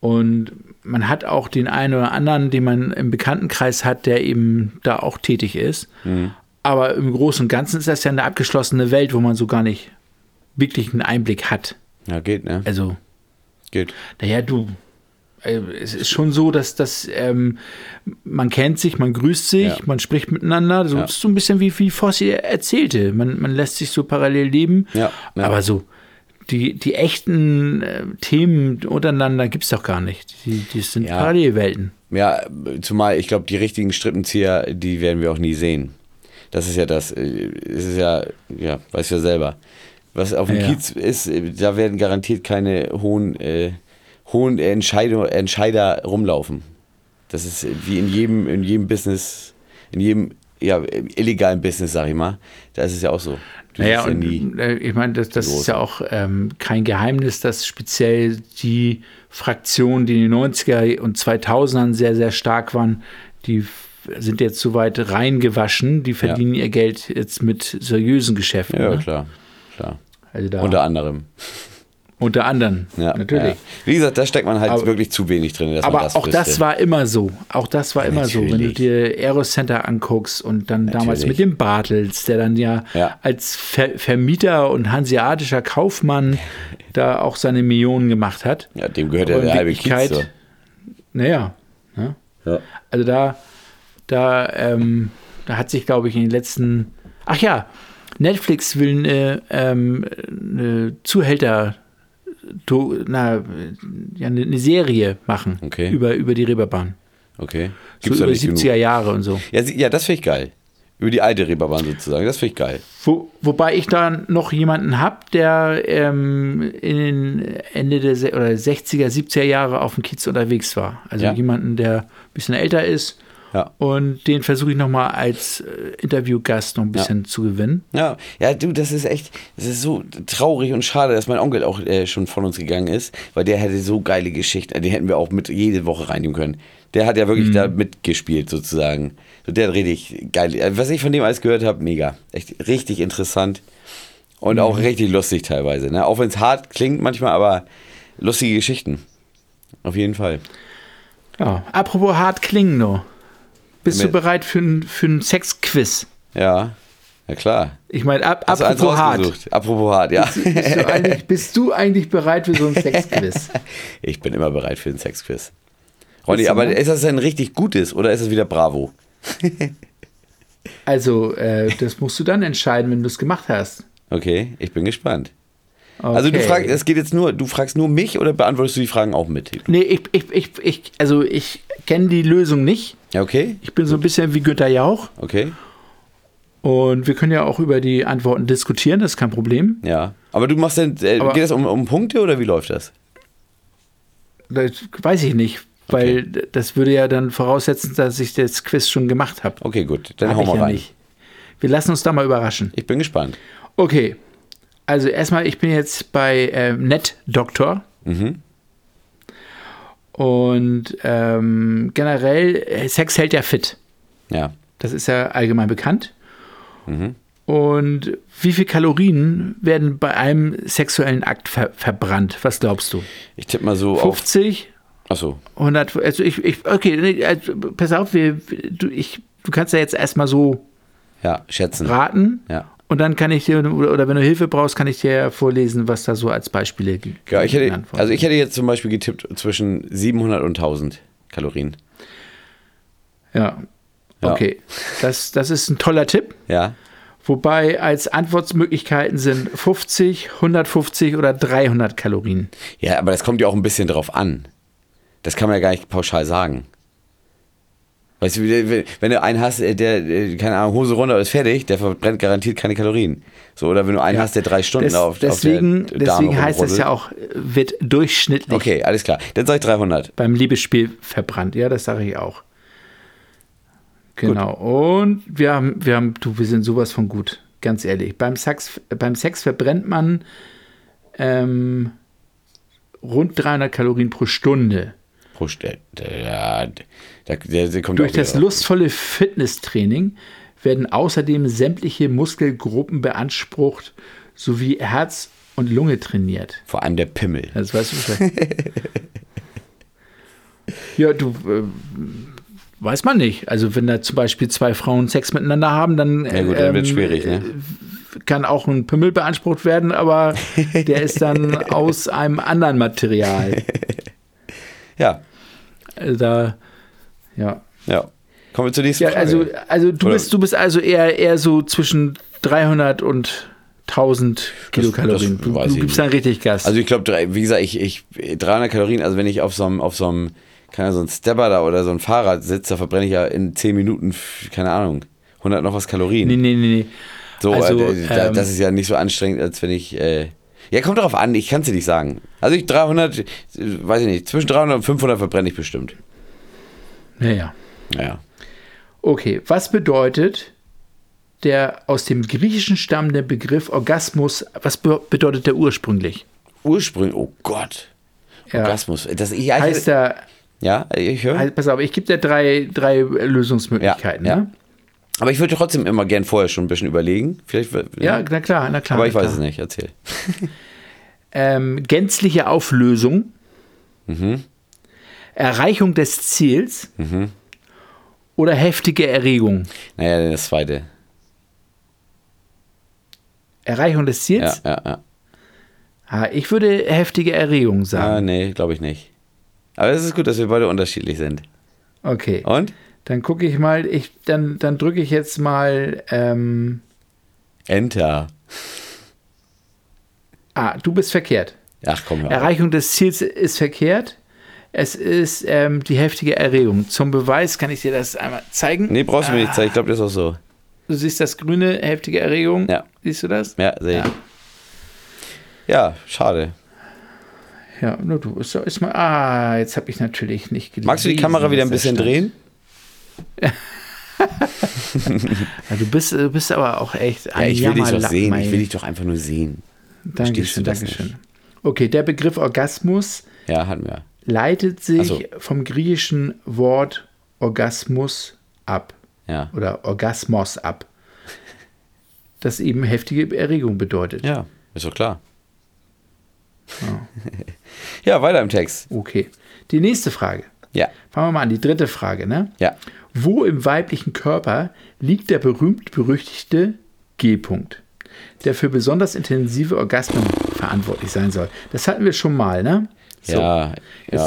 A: Und man hat auch den einen oder anderen, den man im Bekanntenkreis hat, der eben da auch tätig ist. Aber im Großen und Ganzen ist das ja eine abgeschlossene Welt, wo man so gar nicht wirklich einen Einblick hat.
C: Ja, geht, ne?
A: Also,
C: Geht.
A: naja, du, äh, es ist schon so, dass das, ähm, man kennt sich, man grüßt sich,
C: Ja.
A: man spricht miteinander. So
C: Ja.
A: ist so ein bisschen wie, wie Fossi erzählte. Man, man lässt sich so parallel leben.
C: Ja, ja.
A: Aber so, die, die echten äh, Themen untereinander gibt es doch gar nicht. Die, die sind
C: Ja.
A: Parallelwelten.
C: Ja, zumal ich glaube, die richtigen Strippenzieher, die werden wir auch nie sehen. Das ist ja das. äh, Es ist ja, ja, weißt du ja selber. Was auf dem
A: Ja.
C: Kiez ist, äh, da werden garantiert keine hohen, äh, hohen Entscheider, Entscheider rumlaufen. Das ist äh, wie in jedem, in jedem Business, in jedem ja, im illegalen Business, sag ich mal, da ist es ja auch so. Du
A: Naja,
C: siehst ja
A: und äh, ich meine, das, das ist ja auch ähm, kein Geheimnis, dass speziell die Fraktionen, die in den 90er und 2000ern sehr, sehr stark waren, die f- sind jetzt so weit reingewaschen, die verdienen ihr Geld jetzt mit seriösen Geschäften.
C: Ja,
A: ne?
C: klar. klar.
A: Also da,
C: Unter
A: unter,
C: anderem.
A: anderem,
C: Ja,
A: natürlich.
C: Ja. Wie gesagt, da steckt man halt
A: Aber-
C: wirklich zu wenig drin. Dass
A: Aber
C: man das
A: auch das
C: wüsste.
A: war immer so. Auch das war immer so. Wenn du
C: natürlich.
A: dir Aerocenter anguckst und dann damals
C: Natürlich.
A: mit dem Bartels, der dann ja,
C: Ja.
A: als Ver Vermieter und hanseatischer Kaufmann da auch seine Millionen gemacht hat.
C: Ja, dem gehört ja
A: Aber in
C: der halbe
A: Wirklichkeit-
C: Kiez. So.
A: Naja, ne?
C: Ja.
A: also da, da, ähm, da hat sich, glaube ich, in den letzten. Ach ja, Netflix will eine, ähm, eine Zuhälter. do- Na, ja, eine- eine Serie machen
C: Okay.
A: über, über die Reeperbahn.
C: Okay.
A: So
C: Gibt's doch
A: über
C: nicht
A: 70er
C: genug.
A: Jahre und so.
C: Ja, sie- ja, das finde ich geil. Über die alte Reeperbahn sozusagen. Das finde ich geil.
A: Wo, wobei ich da noch jemanden habe, der ähm, in den Ende der Se oder 60er, 70er Jahre auf dem Kiez unterwegs war. Also
C: Ja.
A: jemanden, der ein bisschen älter ist.
C: Ja.
A: Und den versuche ich nochmal als äh, Interviewgast noch ein bisschen zu gewinnen.
C: Ja, ja, du, das ist echt, das ist so traurig und schade, dass mein Onkel auch äh, schon von uns gegangen ist, weil der hätte so geile Geschichten, die hätten wir auch mit jede Woche reinnehmen können. Der hat ja wirklich
A: Mhm.
C: da mitgespielt sozusagen. So, der hat richtig geil, äh, was ich von dem alles gehört habe, mega, echt richtig interessant und auch
A: Mhm.
C: richtig lustig teilweise. Ne? Auch wenn es hart klingt manchmal, aber lustige Geschichten. Auf jeden Fall.
A: Ja. Apropos hart klingen, no. Bist
C: Mit-
A: du bereit für ein, für ein Sexquiz?
C: Ja, ja klar.
A: Ich meine, ab,
C: Hast du eins
A: apropos hart.
C: rausgesucht? Apropos hart, ja.
A: Bist du, eigentlich, bist du eigentlich bereit für so ein Sexquiz?
C: Ich bin immer bereit für den Sexquiz. Ronny,
A: Bist du
C: aber
A: bereit?
C: ist das ein richtig gutes oder ist das wieder Bravo?
A: Also, äh, das musst du dann entscheiden, wenn du es gemacht hast.
C: Okay, ich bin gespannt. Also du
A: Okay.
C: fragst, es geht jetzt nur, du fragst nur mich oder beantwortest du die Fragen auch mit?
A: Nee, ich, ich, ich, ich also ich kenne die Lösung nicht.
C: Ja, okay,
A: Ich bin so ein bisschen wie Günter Jauch.
C: okay,
A: Und wir können ja auch über die Antworten diskutieren, das ist kein Problem.
C: ja. Aber du machst dann, äh,
A: Aber-
C: geht das um, um Punkte oder wie läuft das?
A: Das weiß ich nicht, weil das würde ja dann voraussetzen, dass ich das Quiz schon gemacht habe.
C: Okay, gut, dann hauen wir rein.
A: Wir lassen uns da mal überraschen.
C: Ich bin gespannt.
A: Okay, also erstmal, ich bin jetzt bei ähm, NetDoktor.
C: Mhm.
A: Und ähm, generell, äh, Sex hält ja fit.
C: Ja,
A: Das ist ja allgemein bekannt.
C: Mhm.
A: Und wie viel Kalorien werden bei einem sexuellen Akt ver verbrannt? Was glaubst du?
C: ich tippe mal so auf.
A: 50,
C: Achso,
A: 100, also ich, ich okay, nee, also pass auf, wir, du, ich, du kannst ja jetzt erstmal so
C: ja, schätzen.
A: raten
C: Ja.
A: und dann kann ich dir, oder, oder wenn du Hilfe brauchst, kann ich dir vorlesen, was da so als Beispiele gibt.
C: Ja, ich hätte, also ich hätte jetzt zum Beispiel getippt zwischen 700 und 1000 Kalorien.
A: ja.
C: Ja.
A: okay, das, das ist ein toller Tipp.
C: Ja,
A: Wobei als Antwortmöglichkeiten sind 50, 150 oder 300 Kalorien.
C: Ja, aber das kommt ja auch ein bisschen drauf an. Das kann man ja gar nicht pauschal sagen. Weißt du, wie- wenn- wenn du einen hast, äh, der, äh, keine Ahnung, Hose runter ist fertig, der verbrennt garantiert keine Kalorien. So, oder wenn du einen hast, der drei Stunden
A: Des,
C: auf,
A: deswegen
C: auf der
A: deswegen heißt das ja auch, äh, wird durchschnittlich
C: Okay, alles klar. Dann sag ich 300.
A: beim Liebesspiel verbrannt. Ja, das sage ich auch. Genau. Und wir haben, wir haben, du, wir sind sowas von gut, ganz ehrlich. Beim Sex, beim Sex verbrennt man ähm, rund 300 Kalorien pro Stunde.
C: Pro Stelle. Ja, da, der, der kommt
A: Durch
C: auch wieder
A: das
C: drauf.
A: lustvolle Fitnesstraining werden außerdem sämtliche Muskelgruppen beansprucht sowie Herz und Lunge trainiert.
C: Vor allem der Pimmel.
A: Das weißt du Bescheid. ja, du äh, weiß man nicht. Also wenn da zum Beispiel zwei Frauen Sex miteinander haben, dann,
C: Ja gut, dann wird
A: ähm,
C: schwierig, ne?
A: kann auch ein Pimmel beansprucht werden, aber der ist dann aus einem anderen Material.
C: Ja,
A: Also da ja.
C: ja. Kommen wir zur nächsten
A: Ja,
C: Frage.
A: also, also du
C: Oder-
A: bist du bist also eher eher so zwischen 300 und 1000 Kilokalorien.
C: das
A: du
C: weiß
A: du
C: ich
A: gibst
C: nicht.
A: dann richtig Gas.
C: Also ich glaube, wie gesagt, ich, ich 300 Kalorien, also wenn ich auf so einem, auf so einem, keine Ahnung, so einem Stepper da oder so einem Fahrrad sitze, da verbrenne ich ja in 10 Minuten, keine Ahnung, 100 noch was Kalorien.
A: nee, nee, nee, nee.
C: so,
A: also,
C: äh, da,
A: ähm,
C: das ist ja nicht so anstrengend, als wenn ich, äh, ja, kommt darauf an, ich kann es dir nicht sagen. Also ich 300, äh, weiß ich nicht, zwischen 300 und 500 verbrenne ich bestimmt.
A: Naja.
C: Naja.
A: Okay, was bedeutet der aus dem Griechischen stammende Begriff Orgasmus? Was be bedeutet der ursprünglich?
C: Ursprünglich, oh Gott.
A: Ja.
C: Orgasmus. Das, ich, ich,
A: Heißt er,
C: ja, ich höre.
A: halt, pass auf, ich gebe dir drei, drei Lösungsmöglichkeiten.
C: Ja, ja.
A: ne?
C: Aber ich würde trotzdem immer gern vorher schon ein bisschen überlegen. Vielleicht, ne?
A: ja. na klar, na klar.
C: aber ich
A: na
C: weiß
A: klar.
C: es nicht, erzähl.
A: Ähm, gänzliche Auflösung,
C: Mhm.
A: Erreichung des Ziels oder heftige Erregung.
C: Naja, dann das zweite.
A: Erreichung des
C: Ja,
A: Ziels?
C: ja, ja.
A: Ah, ich würde heftige Erregung
C: Ah,
A: sagen.
C: nee, glaube ich nicht. Aber es ist gut, dass wir beide unterschiedlich sind.
A: Okay.
C: Und?
A: Dann gucke ich mal, ich, dann, dann drücke ich jetzt mal. Ähm,
C: Enter.
A: ah, du bist verkehrt.
C: Ach komm, hör auf.
A: Erreichung des Ziels ist verkehrt. Es ist ähm, die heftige Erregung. Zum Beweis kann ich dir das einmal zeigen. Ah,
C: Nee, brauchst du mir nicht zeigen. Ich glaube, das ist auch so.
A: Du siehst das grüne, heftige Erregung.
C: Ja.
A: Siehst du das?
C: Ja, sehe ich.
A: Ja.
C: Ja, schade.
A: Ja, nur du. Ist, ist mal, ah, jetzt habe ich natürlich nicht gelesen.
C: Magst du die Kamera wieder ein
A: was da
C: bisschen
A: stand.
C: drehen?
A: Ja, du, bist, du bist aber auch echt ein
C: Ja, ich will dich doch
A: Jammerlappen,
C: sehen.
A: ey.
C: Ich will dich doch einfach nur sehen. verstehst du
A: Dankeschön,
C: das
A: Dankeschön. Okay, der Begriff Orgasmus
C: Ja, hatten wir.
A: leitet
C: Ach
A: sich
C: so.
A: vom griechischen Wort Orgasmus ab
C: Ja.
A: oder Orgasmos ab, das eben heftige Erregung bedeutet.
C: Ja, ist doch klar. Ja, weiter im Text.
A: Okay. Die nächste Frage.
C: Ja,
A: Fangen wir mal an, die dritte Frage, ne?
C: ja.
A: Wo im weiblichen Körper liegt der berühmt-berüchtigte G-Punkt, der für besonders intensive Orgasmen verantwortlich sein soll? Das hatten wir schon mal, ne? So.
C: Ja, ja.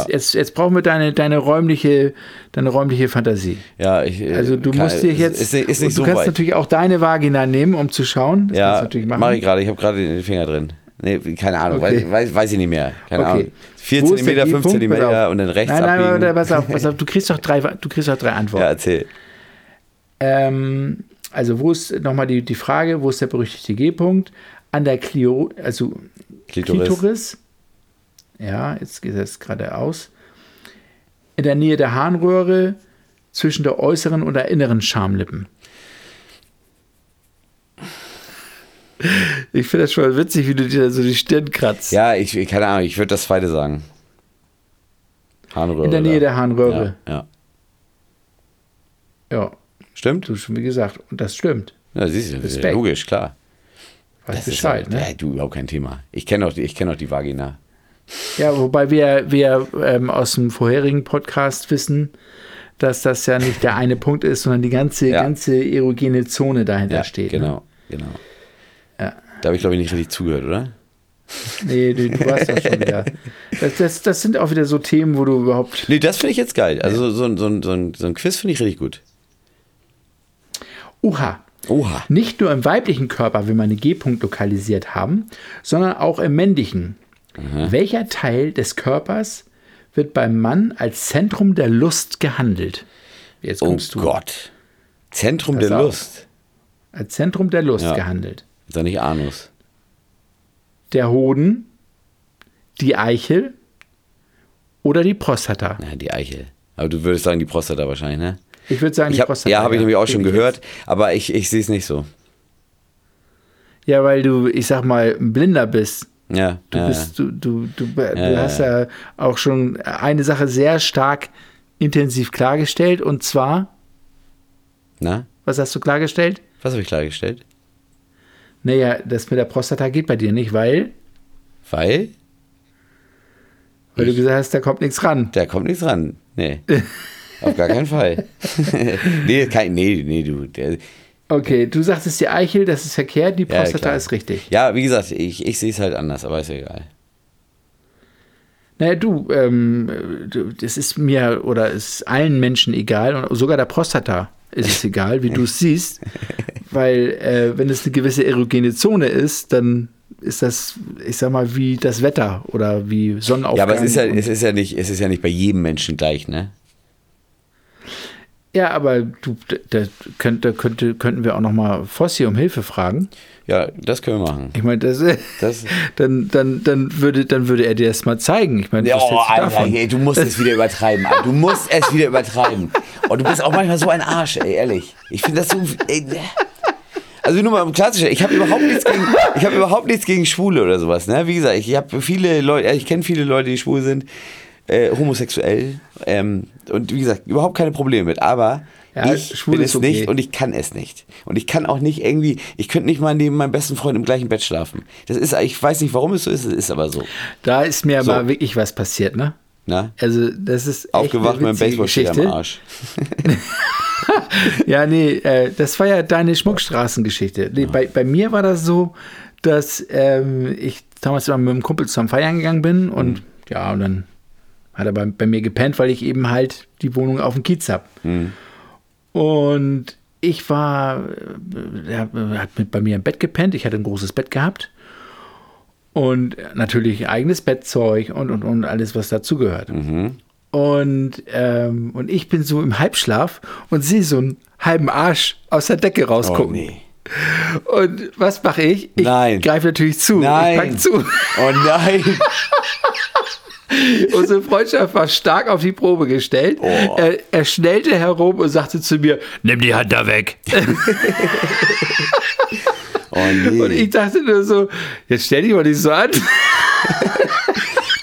A: Jetzt, jetzt, jetzt brauchen wir deine, deine, räumliche, deine räumliche Fantasie.
C: ja ich, äh,
A: Also du
C: kann-
A: musst dir
C: ist-
A: jetzt.
C: Ist, nicht- ist
A: und
C: nicht
A: du
C: so
A: kannst
C: weit.
A: natürlich auch deine Vagina nehmen, um zu schauen. Das kannst
C: ja,
A: du natürlich machen.
C: mach ich gerade. Ich habe gerade den Finger drin. Nee, keine Ahnung.
A: Okay.
C: Weiß, weiß, weiß ich nicht mehr. Keine
A: Okay.
C: Ahnung. 4
A: Wo ist der
C: Zentimeter, 5
A: G-Punkt? Pass
C: Zentimeter
A: auf.
C: und dann rechts
A: nein, nein,
C: abbiegen.
A: Nein, pass auf, pass auf, du kriegst doch drei, du kriegst doch drei
C: ja,
A: Antworten.
C: erzähl.
A: Ähm, also wo ist nochmal die, die Frage, wo ist der berüchtigte G-Punkt? An der Klio, also
C: Klitoris.
A: Klitoris. Ja, jetzt geht es geradeaus. In der Nähe der Harnröhre, zwischen der äußeren und der inneren Schamlippen. Ich finde das schon mal witzig, wie du dir da so die Stirn kratzt.
C: Ja, ich, keine Ahnung. Ich würde das zweite sagen. Harnröhre.
A: In der Nähe
C: da.
A: der Harnröhre.
C: Ja, ja.
A: Ja,
C: Stimmt?
A: du schon wie gesagt. Und das stimmt.
C: Ja, siehst du. ist ja
A: Respekt.
C: Logisch, klar.
A: Weiß
C: ist
A: Bescheid,
C: ja-
A: ne?
C: ja, du, überhaupt kein Thema. Ich kenne auch, die- ich kenn auch die Vagina.
A: Ja, wobei wir, wir ähm, aus dem vorherigen Podcast wissen, dass das ja nicht der eine Punkt ist, sondern die ganze,
C: Ja.
A: ganze erogene Zone dahinter
C: ja,
A: steht. ne?
C: Genau, genau.
A: Ja.
C: Da habe ich, glaube ich, nicht richtig zugehört, oder?
A: Ne? Nee, du, du warst das schon wieder. Das, das, das sind auch wieder so Themen, wo du überhaupt.
C: Nee, das finde ich jetzt geil. Also so, so, ein- so, ein- so, ein- so ein Quiz finde ich richtig gut.
A: Oha.
C: Oha.
A: Nicht nur im weiblichen Körper will man den G-Punkt lokalisiert haben, sondern auch im männlichen. Welcher Teil des Körpers wird beim Mann als Zentrum der Lust gehandelt? Jetzt
C: Oh
A: kommst du.
C: Gott. Zentrum
A: Pass
C: der
A: auf.
C: Lust.
A: Als Zentrum der Lust
C: Ja.
A: gehandelt.
C: Ist doch nicht Anus.
A: der Hoden, die Eichel oder die Prostata.
C: Na, die Eichel. Aber du würdest sagen, die Prostata wahrscheinlich, ne?
A: Ich würde sagen,
C: Ich
A: die
C: hab,
A: Prostata.
C: ja, habe ich nämlich auch schon
A: Bin ich
C: gehört, aber ich, ich sehe es nicht so.
A: jetzt- Ja, weil du, ich sag mal, ein Blinder bist.
C: Ja.
A: Du,
C: ja.
A: bist, du, du, du, du
C: ja,
A: hast ja auch schon eine Sache sehr stark intensiv klargestellt. Und zwar,
C: Na?
A: was hast du klargestellt?
C: Was habe ich klargestellt?
A: Naja, das mit der Prostata geht bei dir nicht, weil,
C: Weil
A: weil du gesagt hast, da kommt nichts ran.
C: da kommt nichts ran. Nee. Auf gar keinen Fall. nee, kein, nee, nee, du. Der,
A: Okay, du sagtest die Eichel, das ist verkehrt, die
C: Ja,
A: Prostata
C: klar.
A: ist richtig.
C: Ja, wie gesagt, ich, ich sehe es halt anders, aber ist ja egal.
A: Naja, du, ähm, du, das ist mir oder ist allen Menschen egal und sogar der Prostata ist es egal, wie du es siehst, weil äh, wenn es eine gewisse erogene Zone ist, dann ist das, ich sag mal, wie das Wetter oder wie Sonnenaufgang.
C: Ja, aber es ist ja,
A: und-
C: es ist ja nicht, es ist ja nicht bei jedem Menschen gleich, ne?
A: Ja, aber du, da, könnte, könnte, könnten wir auch noch mal Fossi um Hilfe fragen.
C: Ja, das können wir machen.
A: Ich meine, das,
C: Das-
A: dann, dann, dann, würde, dann würde er dir das mal zeigen. Ich meine,
C: Ja,
A: was
C: oh,
A: hältst du
C: Alter,
A: davon?
C: ey, du musst es wieder übertreiben. Alter. Du musst es wieder übertreiben. Und du bist auch manchmal so ein Arsch, ey, ehrlich. Ich finde das so. Ey, ne. also nur mal im Klassischen, ich habe überhaupt nichts gegen, ich habe überhaupt nichts gegen Schwule oder sowas. Ne? Wie gesagt, ich habe viele Leute, ich kenne viele Leute, die schwul sind, äh, homosexuell ähm, und wie gesagt überhaupt keine Probleme mit. Aber
A: Ja,
C: ich
A: schwul
C: bin
A: ist
C: es
A: okay.
C: nicht und ich kann es nicht. Und ich kann auch nicht irgendwie, ich könnte nicht mal neben meinem besten Freund im gleichen Bett schlafen. Das ist, ich weiß nicht, warum es so ist, es ist aber so.
A: Da ist mir
C: So.
A: mal wirklich was passiert, ne?
C: Na?
A: Also, das ist. echt eine
C: Aufgewacht mit einem
A: witzige
C: Baseballschläger
A: Geschichte.
C: am Arsch.
A: Ja, nee, äh, das war ja deine Schmuckstraßengeschichte. Nee, bei, bei mir war das so, dass ähm, ich damals immer mit einem Kumpel zusammen feiern gegangen bin
C: Mhm.
A: und ja, und dann hat er bei, bei mir gepennt, weil ich eben halt die Wohnung auf dem Kiez habe.
C: Mhm.
A: Und ich war, äh, er hat mit bei mir im Bett gepennt, ich hatte ein großes Bett gehabt. Und natürlich eigenes Bettzeug und, und, und alles, was dazugehört.
C: Mhm.
A: Und, ähm, und ich bin so im Halbschlaf und sehe so einen halben Arsch aus der Decke
C: Oh,
A: rausgucken. Und was mache ich? Ich
C: Nein.
A: greife natürlich zu. Ich
C: Nein.
A: pack zu.
C: Oh nein.
A: Unsere Freundschaft war stark auf die Probe gestellt. Er, er schnellte herum und sagte zu mir, nimm die Hand da weg.
C: Oh nee.
A: Und ich dachte nur so, jetzt stell dich mal nicht so an.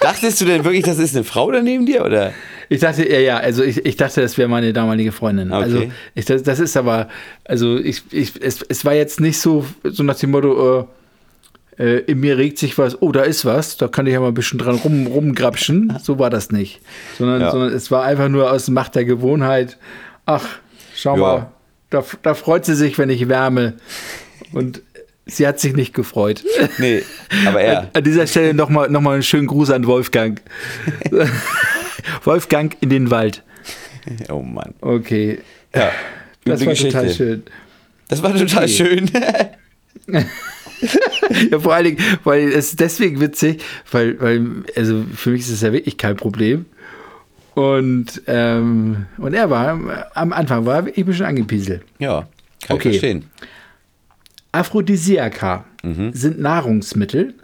C: Dachtest du denn wirklich, das ist eine Frau da neben dir? Oder?
A: Ich dachte, ja, ja, also ich, ich dachte, das wäre meine damalige Freundin.
C: Okay.
A: Also ich, das, das ist aber, also ich, ich es, es war jetzt nicht so, so nach dem Motto, äh, äh, in mir regt sich was, oh, da ist was, da kann ich ja mal ein bisschen dran rum, rumgrapschen. So war das nicht. Sondern,
C: Ja.
A: sondern es war einfach nur aus Macht der Gewohnheit, ach, schau
C: Ja.
A: mal, da, da freut sie sich, wenn ich wärme. Und sie hat sich nicht gefreut.
C: Nee, aber
A: An,
C: er.
A: an dieser Stelle nochmal noch mal einen schönen Gruß an Wolfgang. Wolfgang in den Wald.
C: Oh Mann.
A: Okay.
C: Ja.
A: Das
C: üble
A: war
C: Geschichte.
A: total schön.
C: Das war total schön.
A: Ja, vor allen Dingen, weil es ist deswegen witzig, weil, weil, also für mich ist es ja wirklich kein Problem. Und, ähm, und er war, am Anfang war er wirklich ein bisschen angepieselt.
C: ja, kann
A: Okay.
C: ich verstehen. Oh,
A: Aphrodisiaka sind Nahrungsmittel,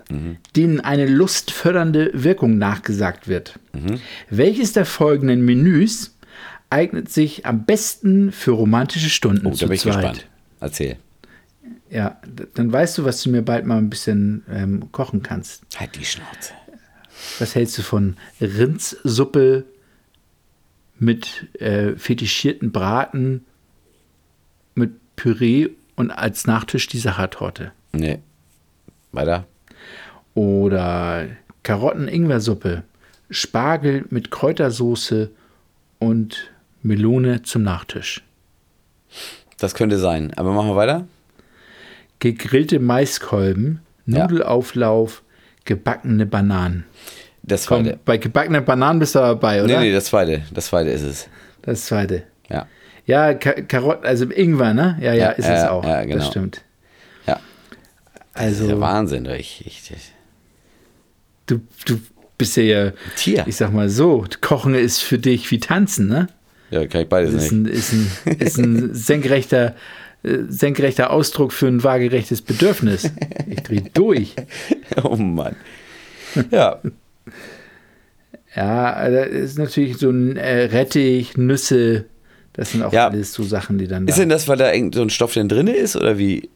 A: denen eine lustfördernde Wirkung nachgesagt wird. Welches der folgenden Menüs eignet sich am besten für romantische Stunden
C: Oh, da
A: zu
C: bin ich
A: zweit?
C: gespannt. Erzähl.
A: Ja, d- dann weißt du, was du mir bald mal ein bisschen ähm, kochen kannst.
C: Halt die Schnauze.
A: Was hältst du von Rindssuppe mit äh, fetischierten Braten, mit Püree und als Nachtisch die Sachertorte?
C: Nee. Weiter.
A: Oder Karotten-Ingwer-Suppe, Spargel mit Kräutersoße und Melone zum Nachtisch.
C: Das könnte sein. Aber machen wir weiter.
A: Gegrillte Maiskolben,
C: Ja.
A: Nudelauflauf, gebackene Bananen.
C: Das
A: Komm,
C: zweite.
A: bei gebackenen Bananen bist du dabei,
C: Nee,
A: oder?
C: nee, das zweite. Das zweite ist es.
A: Das zweite.
C: Ja.
A: Ja, Ka Karotten, also Ingwer, ne? Ja, ja,
C: Ja,
A: ist
C: ja,
A: es auch.
C: ja, genau.
A: Das stimmt.
C: Ja. Das ist ja
A: Also,
C: Wahnsinn. Ich, ich, ich.
A: du, du bist ja, ja
C: Tier.
A: ich sag mal so, Kochen ist für dich wie Tanzen, ne?
C: Ja, kann ich beides
A: Das ist ein,
C: nicht.
A: ist ein, ist ein senkrechter, äh, senkrechter Ausdruck für ein waagerechtes Bedürfnis. Ich drehe durch.
C: Oh Mann. Ja.
A: Ja, da ist natürlich so ein äh, Rettich, Nüsse, das sind auch
C: Ja.
A: alles so Sachen, die dann da.
C: Ist denn das, weil da irgend so ein Stoff denn drin ist oder wie?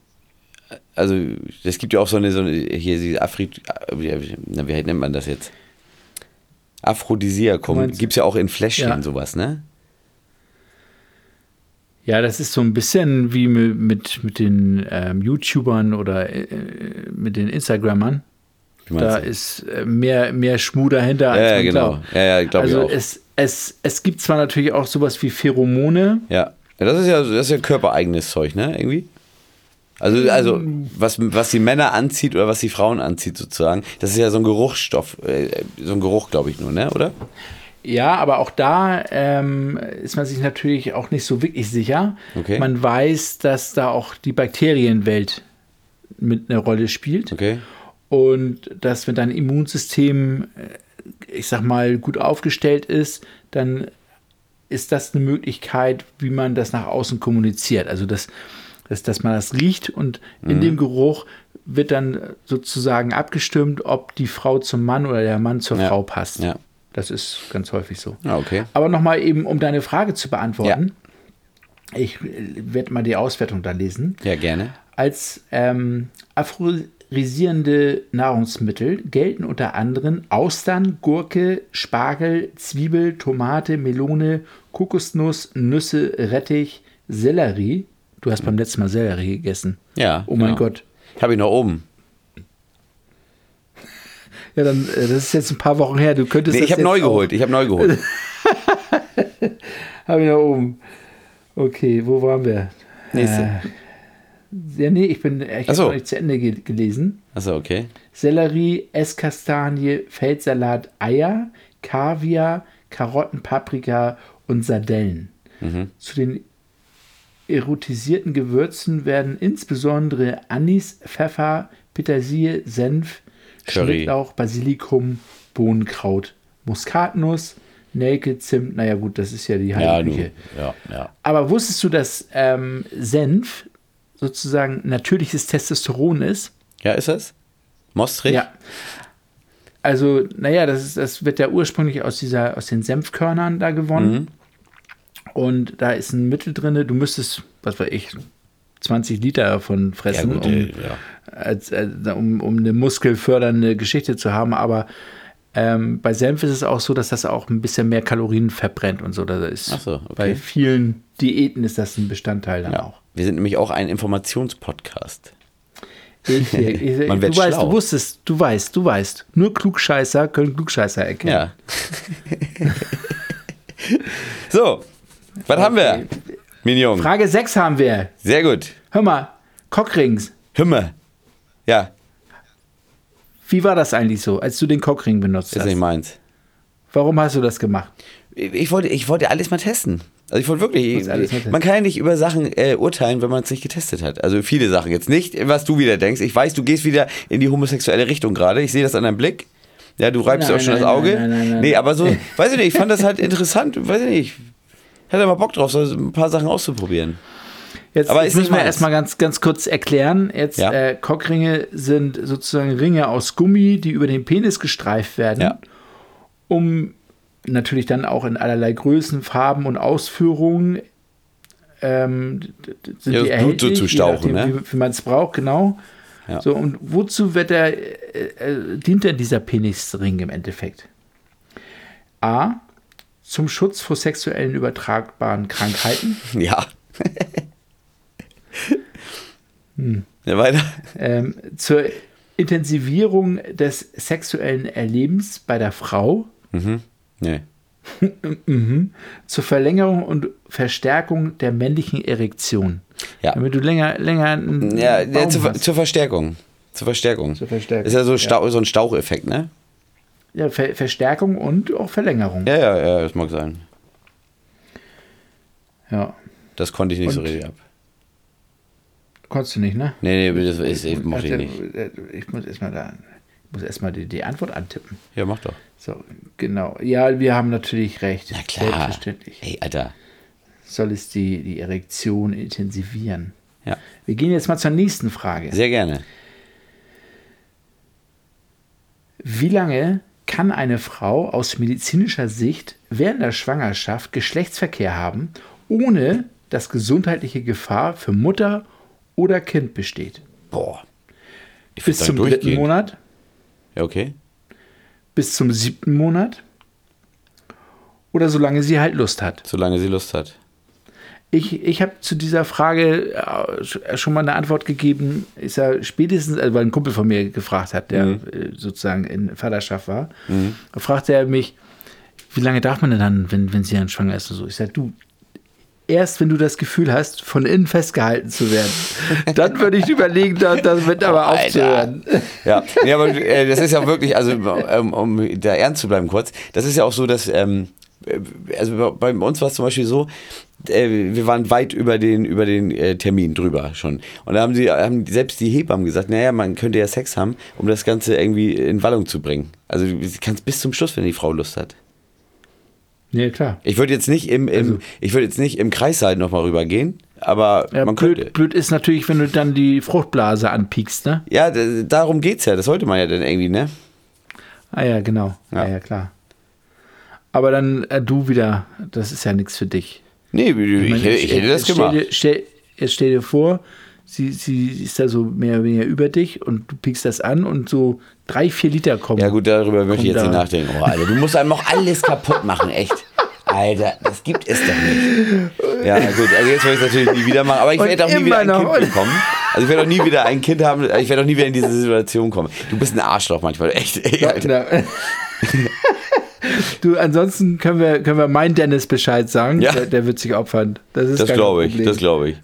C: Also, es gibt ja auch so eine, so eine hier diese Afrit, wie, na, wie nennt man das jetzt?
A: Du
C: Aphrodisiakum.
A: meinst-
C: Gibt es ja auch in Fläschchen
A: Ja.
C: sowas, ne?
A: ja, das ist so ein bisschen wie mi- mit, mit den ähm, YouTubern oder äh, äh, mit den Instagrammern.
C: Wie meinst
A: Da
C: du?
A: ist äh, mehr, mehr Schmuh dahinter als
C: ja,
A: man
C: genau.
A: glaubt.
C: Ja, ja, glaub ich
A: also
C: auch.
A: Es, es, es gibt zwar natürlich auch sowas wie Pheromone,
C: ja. ja, das ist ja, das ist ja körpereigenes Zeug, ne? Irgendwie. Also, also was, was die Männer anzieht oder was die Frauen anzieht, sozusagen, das ist ja so ein Geruchsstoff, äh, so ein Geruch, glaube ich, nur, ne? Oder?
A: Ja, aber auch da ähm, ist man sich natürlich auch nicht so wirklich sicher.
C: Okay.
A: Man weiß, dass da auch die Bakterienwelt mit eine Rolle spielt
C: Okay.
A: und dass wenn dein Immunsystem, äh, ich sag mal, gut aufgestellt ist, dann ist das eine Möglichkeit, wie man das nach außen kommuniziert. Also, dass, dass, dass man das riecht und
C: Mhm.
A: in dem Geruch wird dann sozusagen abgestimmt, ob die Frau zum Mann oder der Mann zur
C: Ja.
A: Frau passt.
C: Ja.
A: Das ist ganz häufig so.
C: Ah, okay.
A: Aber nochmal eben, um deine Frage zu beantworten. Ich werde mal die Auswertung da lesen
C: Ja, gerne.
A: als ähm, aphorisierende Nahrungsmittel gelten unter anderem Austern, Gurke, Spargel, Zwiebel, Tomate, Melone, Kokosnuss, Nüsse, Rettich, Sellerie. Du hast beim letzten Mal Sellerie gegessen.
C: Ja.
A: Oh mein
C: genau.
A: Gott.
C: Habe ich noch oben.
A: Ja, dann, äh, das ist jetzt ein paar Wochen her. Du könntest
C: Nee,
A: das
C: ich habe
A: jetzt
C: neu
A: auch-
C: geholt. Ich habe neu geholt.
A: Hab ich da oben. Okay, wo waren wir?
C: Nächste.
A: Ja, nee, ich bin ich
C: Ach
A: hab
C: so.
A: noch nicht zu Ende ge gelesen.
C: Achso, okay.
A: Sellerie, Esskastanie, Feldsalat, Eier, Kaviar, Karotten, Paprika und Sardellen.
C: Mhm.
A: Zu den erotisierten Gewürzen werden insbesondere Anis, Pfeffer, Petersilie, Senf,
C: Curry.
A: Schnittlauch, Basilikum, Bohnenkraut, Muskatnuss, Nelke, Zimt. Naja gut, das ist ja die
C: Ja,
A: halbe
C: du.
A: Küche.
C: Ja, ja.
A: Aber wusstest du, dass ähm, Senf sozusagen natürliches Testosteron ist?
C: Ja, ist das? Mostrich?
A: Ja. Also, naja, das, ist, das wird ja ursprünglich aus, dieser, aus den Senfkörnern da gewonnen.
C: Mhm.
A: Und da ist ein Mittel drin, du müsstest, was weiß ich, 20 Liter davon
C: Ja,
A: fressen,
C: gut,
A: um,
C: äh, ja.
A: als, als, um, um eine muskelfördernde Geschichte zu haben. Aber ähm, bei Senf ist es auch so, dass das auch ein bisschen mehr Kalorien verbrennt und so. Das ist
C: Ach so, okay.
A: Bei vielen Diäten ist das ein Bestandteil dann auch.
C: ja. Wir sind nämlich auch ein Informationspodcast.
A: Ich, ich,
C: Man wird
A: du weißt,
C: schlau.
A: du wusstest, du weißt, du weißt. Nur Klugscheißer können Klugscheißer erkennen.
C: Ja. so, was haben wir, Minion?
A: Frage 6 haben wir.
C: Sehr gut.
A: Hör mal, Cockrings.
C: Himme. Ja,
A: Wie war das eigentlich so, als du den Cockring benutzt
C: ist nicht
A: hast?
C: meins.
A: Warum hast du das gemacht?
C: Ich ich wollte, ich wollte alles mal testen. Also ich wollte wirklich,
A: wolltest alles mal testen.
C: man kann ja nicht über Sachen äh, urteilen, wenn man es nicht getestet hat. Also viele Sachen jetzt nicht, was du wieder denkst. Ich weiß, du gehst wieder in die homosexuelle Richtung gerade. Ich sehe das an deinem Blick. Ja, du reibst
A: Nein,
C: auch schon
A: nein,
C: das Auge.
A: nein, nein, nein, nein.
C: nee, aber so, weiß ich nicht, ich fand das halt interessant. Weiß ich nicht. Hätte mal Bock drauf, so ein paar Sachen auszuprobieren.
A: Jetzt,
C: Aber
A: jetzt
C: ist nicht
A: müssen wir
C: meins.
A: erstmal ganz, ganz kurz erklären. Jetzt
C: Ja.
A: äh, Cockringe sind sozusagen Ringe aus Gummi, die über den Penis gestreift werden,
C: Ja.
A: um natürlich dann auch in allerlei Größen, Farben und Ausführungen ähm, d- d- sind
C: Ja,
A: die
C: das Blut so
A: erhältlich,
C: zu
A: je
C: stauchen,
A: nachdem,
C: ne?
A: wie, wie man es braucht, genau.
C: Ja.
A: So, und wozu wird er, äh, äh, dient denn dieser Penisring im Endeffekt? A. Zum Schutz vor sexuellen übertragbaren Krankheiten.
C: Ja.
A: Hm.
C: ja weiter.
A: ähm, zur Intensivierung des sexuellen Erlebens bei der Frau,
C: Nee.
A: zur Verlängerung und Verstärkung der männlichen Erektion.
C: Ja.
A: Damit du länger, länger einen
C: Ja,
A: Baum
C: ja zur,
A: hast.
C: zur Verstärkung. Zur Verstärkung. Zur
A: Verstärkung,
C: Ist ja so, Stau, so ein Staucheffekt, ne?
A: ja, Ver Verstärkung und auch Verlängerung.
C: Ja, ja, ja, das mag sein.
A: Ja.
C: Das konnte ich nicht so
A: Und-
C: richtig ab.
A: Konntest du nicht, ne? also, äh,
C: Nee, nee, das ist, ich, mochte ich nicht.
A: Ich muss erstmal da, ich muss erstmal die, die Antwort antippen.
C: Ja, mach doch.
A: So, genau. Ja, wir haben natürlich recht.
C: Na klar.
A: Selbstverständlich.
C: Ey, Alter.
A: Soll es die, die Erektion intensivieren?
C: Ja,
A: Wir gehen jetzt mal zur nächsten Frage.
C: sehr gerne.
A: Wie lange kann eine Frau aus medizinischer Sicht während der Schwangerschaft Geschlechtsverkehr haben, ohne dass gesundheitliche Gefahr für Mutter oder Kind besteht?
C: Boah. Ich würd
A: Bis
C: sagen,
A: zum dritten
C: durchgehend.
A: Monat,
C: Ja, okay.
A: bis zum siebten Monat oder solange sie halt Lust hat.
C: Solange sie Lust hat.
A: Ich, ich habe zu dieser Frage äh, schon mal eine Antwort gegeben. Ist ja spätestens, also weil ein Kumpel von mir gefragt hat, der äh, sozusagen in Vaterschaft war, da fragte er mich, wie lange darf man denn dann, wenn, wenn sie dann schwanger ist und so? Ich sage, du, erst wenn du das Gefühl hast, von innen festgehalten zu werden, dann würde ich überlegen, da- damit aber aufzuhören.
C: Ja, nee, aber äh, das ist ja wirklich, also ähm, um da ernst zu bleiben kurz, das ist ja auch so, dass, ähm, äh, also bei bei uns war es zum Beispiel so, äh, wir waren weit über den, über den äh, Termin drüber schon. Und da haben, sie, haben selbst die Hebammen gesagt, naja, man könnte ja Sex haben, um das Ganze irgendwie in Wallung zu bringen. Also du kannst bis zum Schluss, wenn die Frau Lust hat.
A: Nee, klar.
C: Ich würde jetzt nicht im,
A: Also
C: im ich würde jetzt nicht im Kreissaal nochmal rübergehen, aber
A: Ja,
C: man
A: blöd,
C: könnte.
A: blöd ist natürlich, wenn du dann die Fruchtblase anpiekst, ne?
C: Ja, d- darum geht's ja. Das sollte man ja dann irgendwie, ne?
A: Ah ja, genau. Ja,
C: Ja.
A: ja, klar. Aber dann äh, du wieder, das ist ja nichts für dich.
C: Nee, ich, ich,
A: meine,
C: hätte- ich hätte das
A: jetzt stell
C: gemacht.
A: Dir, stell, jetzt stell dir vor, sie, sie ist da so mehr oder weniger über dich und du piekst das an und so drei, vier Liter kommen.
C: Ja, gut, darüber möchte ich jetzt
A: Kommt
C: nicht
A: da.
C: nachdenken. Oh, Alter, du musst einem auch alles kaputt machen, echt. Alter, das gibt es doch nicht. Ja, gut, also jetzt werde ich es natürlich nie wieder machen, aber ich
A: Und
C: werde auch nie wieder ein
A: immer noch.
C: Kind bekommen. Also ich werde auch nie wieder ein Kind haben, ich werde auch nie wieder in diese Situation kommen. Du bist ein Arschloch manchmal, echt. Ey, Alter.
A: Na. genau. Du, ansonsten können wir, können wir mein Dennis Bescheid sagen.
C: Ja.
A: Der, der wird sich opfern. Das, ist
C: Das
A: gar kein
C: glaube ich,
A: Problem.
C: das glaube ich.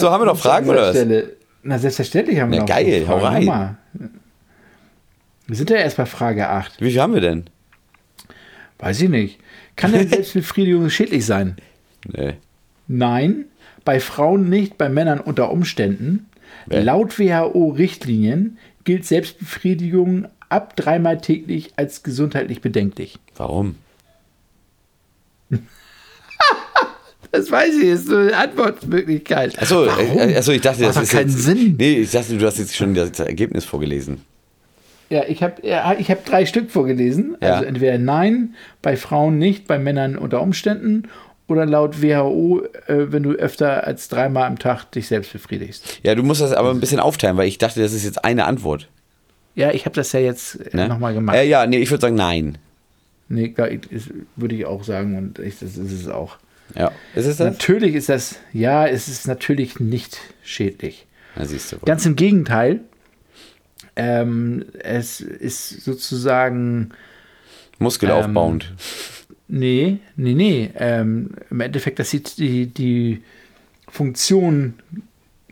C: so, haben wir noch Fragen
A: An dieser
C: oder was?
A: Stelle- Na, selbstverständlich haben wir
C: Na,
A: noch
C: geil,
A: Fragen.
C: hau rein.
A: Nochmal. Wir sind ja erst bei Frage 8.
C: Wie viel haben wir denn?
A: Weiß ich nicht. Kann denn Selbstbefriedigung schädlich sein?
C: Nee.
A: Nein. Bei Frauen nicht, bei Männern unter Umständen.
C: Nee.
A: Laut WHO-Richtlinien gilt Selbstbefriedigung ab dreimal täglich als gesundheitlich bedenklich.
C: Warum?
A: Das weiß ich, ist so eine Antwortmöglichkeit.
C: Achso, äh, achso ich dachte, das
A: Macht doch
C: ist
A: keinen
C: jetzt,
A: Sinn.
C: Nee, ich dachte, du hast jetzt schon das Ergebnis vorgelesen.
A: Ja, ich habe ja, ich hab drei Stück vorgelesen.
C: Ja.
A: Also entweder nein, bei Frauen nicht, bei Männern unter Umständen oder laut WHO, äh, wenn du öfter als dreimal am Tag dich selbst befriedigst.
C: Ja, du musst das aber ein bisschen aufteilen, weil ich dachte, das ist jetzt eine Antwort.
A: Ja, ich habe das ja jetzt äh,
C: Ne?
A: nochmal gemacht.
C: Äh, ja, nee, ich würde sagen nein.
A: Nee, klar, ich- das würde ich auch sagen und ich, das ist es auch.
C: Ja. Ist es das?
A: Natürlich ist das, ja, es ist natürlich nicht schädlich.
C: Na, siehst du.
A: Ganz im Gegenteil. Ähm, es ist sozusagen ähm,
C: Muskelaufbauend.
A: Nee, nee, nee. Ähm, Im Endeffekt, dass die, die, die Funktion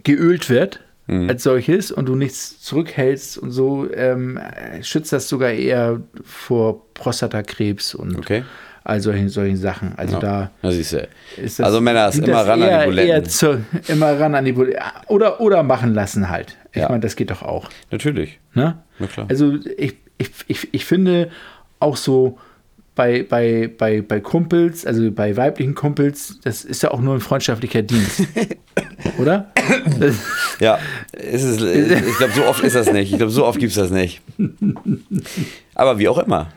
A: geölt wird
C: Mhm.
A: als solches und du nichts zurückhältst und so, ähm, äh, schützt das sogar eher vor Prostatakrebs und
C: Okay.
A: all solchen, solchen Sachen. Also
C: ja.
A: da
C: Na, siehst du.
A: ist das,
C: also Männer, ist
A: liegt
C: immer
A: das
C: ran
A: eher,
C: an die
A: Eher
C: Buletten.
A: zu, immer ran an die Buletten. Oder, oder machen lassen halt. Ich
C: Ja.
A: meine, das geht doch auch.
C: Natürlich.
A: Ne?
C: Na klar.
A: Also ich, ich, ich, ich finde auch so bei, bei, bei, bei Kumpels, also bei weiblichen Kumpels, das ist ja auch nur ein freundschaftlicher Dienst. Oder? Das,
C: Ja, es ist, ich glaube, so oft ist das nicht. Ich glaube, so oft gibt es das nicht. Aber wie auch immer.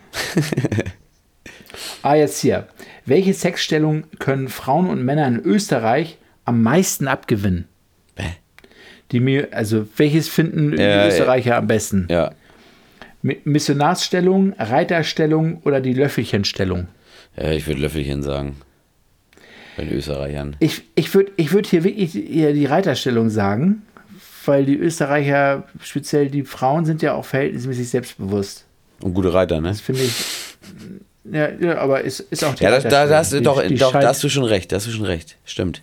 A: ah, jetzt hier. Welche Sexstellung können Frauen und Männer in Österreich am meisten abgewinnen? Die mir, also welches finden
C: Ja,
A: die Österreicher am besten?
C: Ja.
A: Mi- Missionarsstellung, Reiterstellung oder die Löffelchenstellung?
C: ja ich würde Löffelchen sagen. Bei den Österreichern.
A: Ich, ich würde ich würd hier wirklich eher die Reiterstellung sagen, weil die Österreicher, speziell die Frauen, sind ja auch verhältnismäßig selbstbewusst.
C: Und gute Reiter, ne?
A: Das finde ich. Ja, ja, aber ist, ist auch die
C: Ja, das, da, da, hast du,
A: Reiterstellung.
C: doch,
A: Die- die
C: doch, da
A: scheint-
C: hast du schon recht. Da hast du schon recht. Stimmt.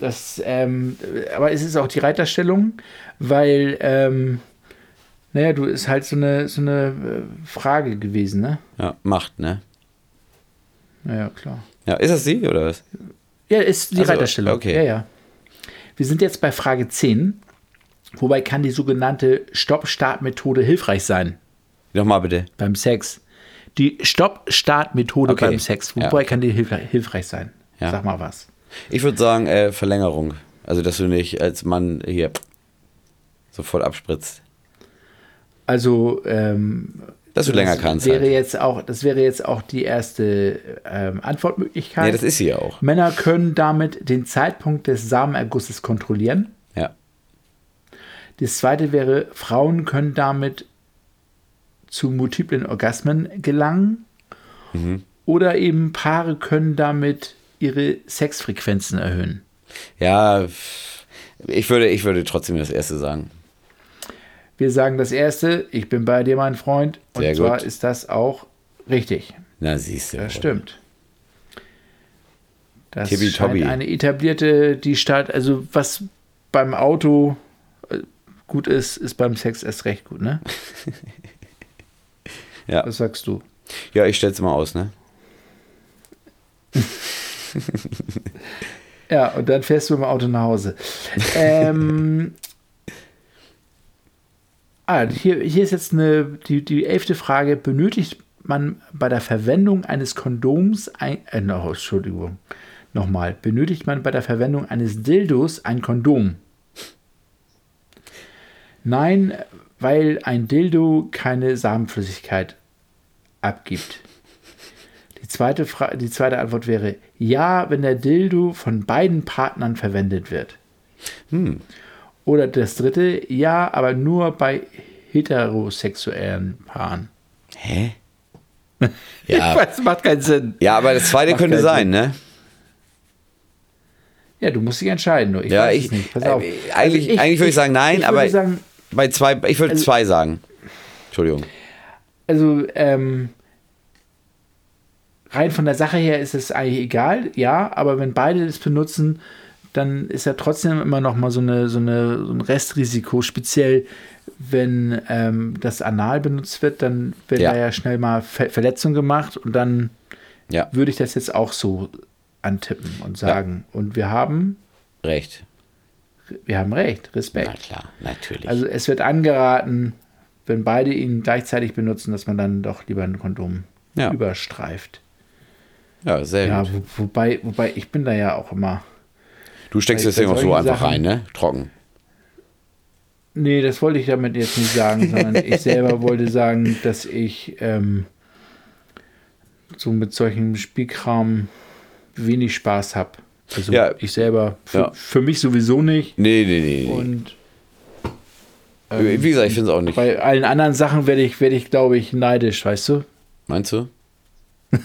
A: Das, ähm, aber es ist auch die Reiterstellung, weil, ähm, naja, du ist halt so eine, so eine äh, Frage gewesen, ne?
C: Ja, Macht, ne?
A: Naja, klar.
C: Ja, ist das sie oder was?
A: Ja, ist die
C: Also,
A: Reiterstellung.
C: okay.
A: Ja, ja. Wir sind jetzt bei Frage 10. Wobei kann die sogenannte Stopp-Start-Methode hilfreich sein
C: Nochmal bitte.
A: beim Sex? Die Stopp-Start-Methode
C: Okay.
A: beim Sex,
C: Ja.
A: wobei kann die hilf hilfreich sein?
C: Ja.
A: Sag mal was.
C: Ich würde sagen, äh, Verlängerung. Also, dass du nicht als Mann hier sofort abspritzt.
A: Also, ähm,
C: Dass du länger
A: das
C: kannst.
A: Wäre
C: Halt.
A: jetzt auch, das wäre jetzt auch die erste ähm, Antwortmöglichkeit.
C: Nee, das ist sie ja auch.
A: Männer können damit den Zeitpunkt des Samenergusses kontrollieren.
C: Ja.
A: Das zweite wäre, Frauen können damit zu multiplen Orgasmen gelangen.
C: Mhm.
A: Oder eben Paare können damit ihre Sexfrequenzen erhöhen.
C: Ja, pff, ich würde, ich würde trotzdem das erste sagen.
A: Wir sagen das erste, ich bin bei dir, mein Freund. Und
C: Sehr
A: zwar
C: gut.
A: ist das auch richtig.
C: Na, siehst du.
A: Das stimmt. Das
C: Tibi
A: scheint
C: Tobi.
A: eine etablierte, die Stadt, also was beim Auto äh, gut ist, ist beim Sex erst recht gut, ne?
C: Ja.
A: Was sagst du?
C: Ja, ich stell's mal aus, ne?
A: Ja, und dann fährst du im Auto nach Hause. Ähm, ah, hier, hier ist jetzt eine, die, die elfte Frage. Benötigt man bei der Verwendung eines Kondoms ein, äh, no, Entschuldigung, nochmal, benötigt man bei der Verwendung eines Dildos ein Kondom? Nein, weil ein Dildo keine Samenflüssigkeit abgibt. Die zweite, Fra die zweite Antwort wäre ja, wenn der Dildo von beiden Partnern verwendet wird.
C: Hm.
A: Oder das dritte, ja, aber nur bei heterosexuellen Paaren.
C: Hä?
A: Ich
C: Ja,
A: weiß, das macht keinen Sinn.
C: ja aber das zweite
A: Macht
C: könnte
A: keinen
C: sein, ne?
A: Ja, du musst dich entscheiden. Nur. Ich
C: Ja,
A: weiß
C: ich,
A: es nicht. Pass
C: äh,
A: auf.
C: eigentlich,
A: Also
C: eigentlich würde ich sagen nein,
A: ich
C: aber
A: Würde sagen,
C: bei zwei, ich würde
A: Also-
C: zwei sagen. Entschuldigung.
A: also, ähm, rein von der Sache her ist es eigentlich egal, ja, aber wenn beide es benutzen, dann ist ja trotzdem immer noch mal so, eine, so, eine, so ein Restrisiko, speziell wenn ähm, das anal benutzt wird, dann wird
C: Ja.
A: da ja schnell mal Ver Verletzung gemacht und dann
C: Ja,
A: würde ich das jetzt auch so antippen und sagen. Und wir haben,
C: recht.
A: wir haben recht, Respekt.
C: Na klar, natürlich.
A: Also es wird angeraten, wenn beide ihn gleichzeitig benutzen, dass man dann doch lieber ein Kondom
C: Ja.
A: überstreift.
C: ja, sehr
A: Ja,
C: gut.
A: wo, wobei, wobei ich bin da ja auch immer.
C: Du steckst
A: bei-
C: das Ding
A: bei
C: auch so
A: solchen
C: einfach
A: Sachen-
C: rein, ne? Trocken.
A: Nee, das wollte ich damit jetzt nicht sagen, sondern ich selber wollte sagen, dass ich ähm, so mit solchem Spielkram wenig Spaß habe. Also
C: Ja.
A: ich selber, für,
C: Ja.
A: für mich sowieso nicht.
C: Nee, nee, nee. nee.
A: Und ähm,
C: Wie gesagt, ich finde es auch nicht.
A: bei allen anderen Sachen werde ich, werde ich, glaube ich, neidisch, weißt du?
C: Meinst du?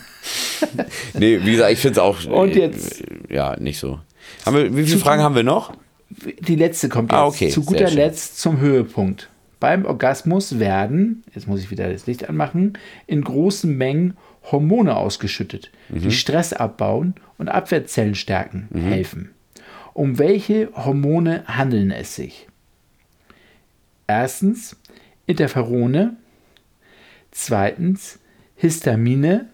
C: nee, wie gesagt, ich finde es auch. äh,
A: Und jetzt-
C: Ja, nicht so. Haben wir, wie viele Fragen haben wir noch?
A: Die letzte kommt jetzt.
C: Ah, okay,
A: Zu
C: sehr
A: guter
C: schön.
A: Letzt zum Höhepunkt. Beim Orgasmus werden, jetzt muss ich wieder das Licht anmachen, in großen Mengen Hormone ausgeschüttet,
C: Mhm.
A: die Stress abbauen und Abwehrzellen stärken, helfen. Um welche Hormone handeln es sich? Erstens Interferone, zweitens Histamine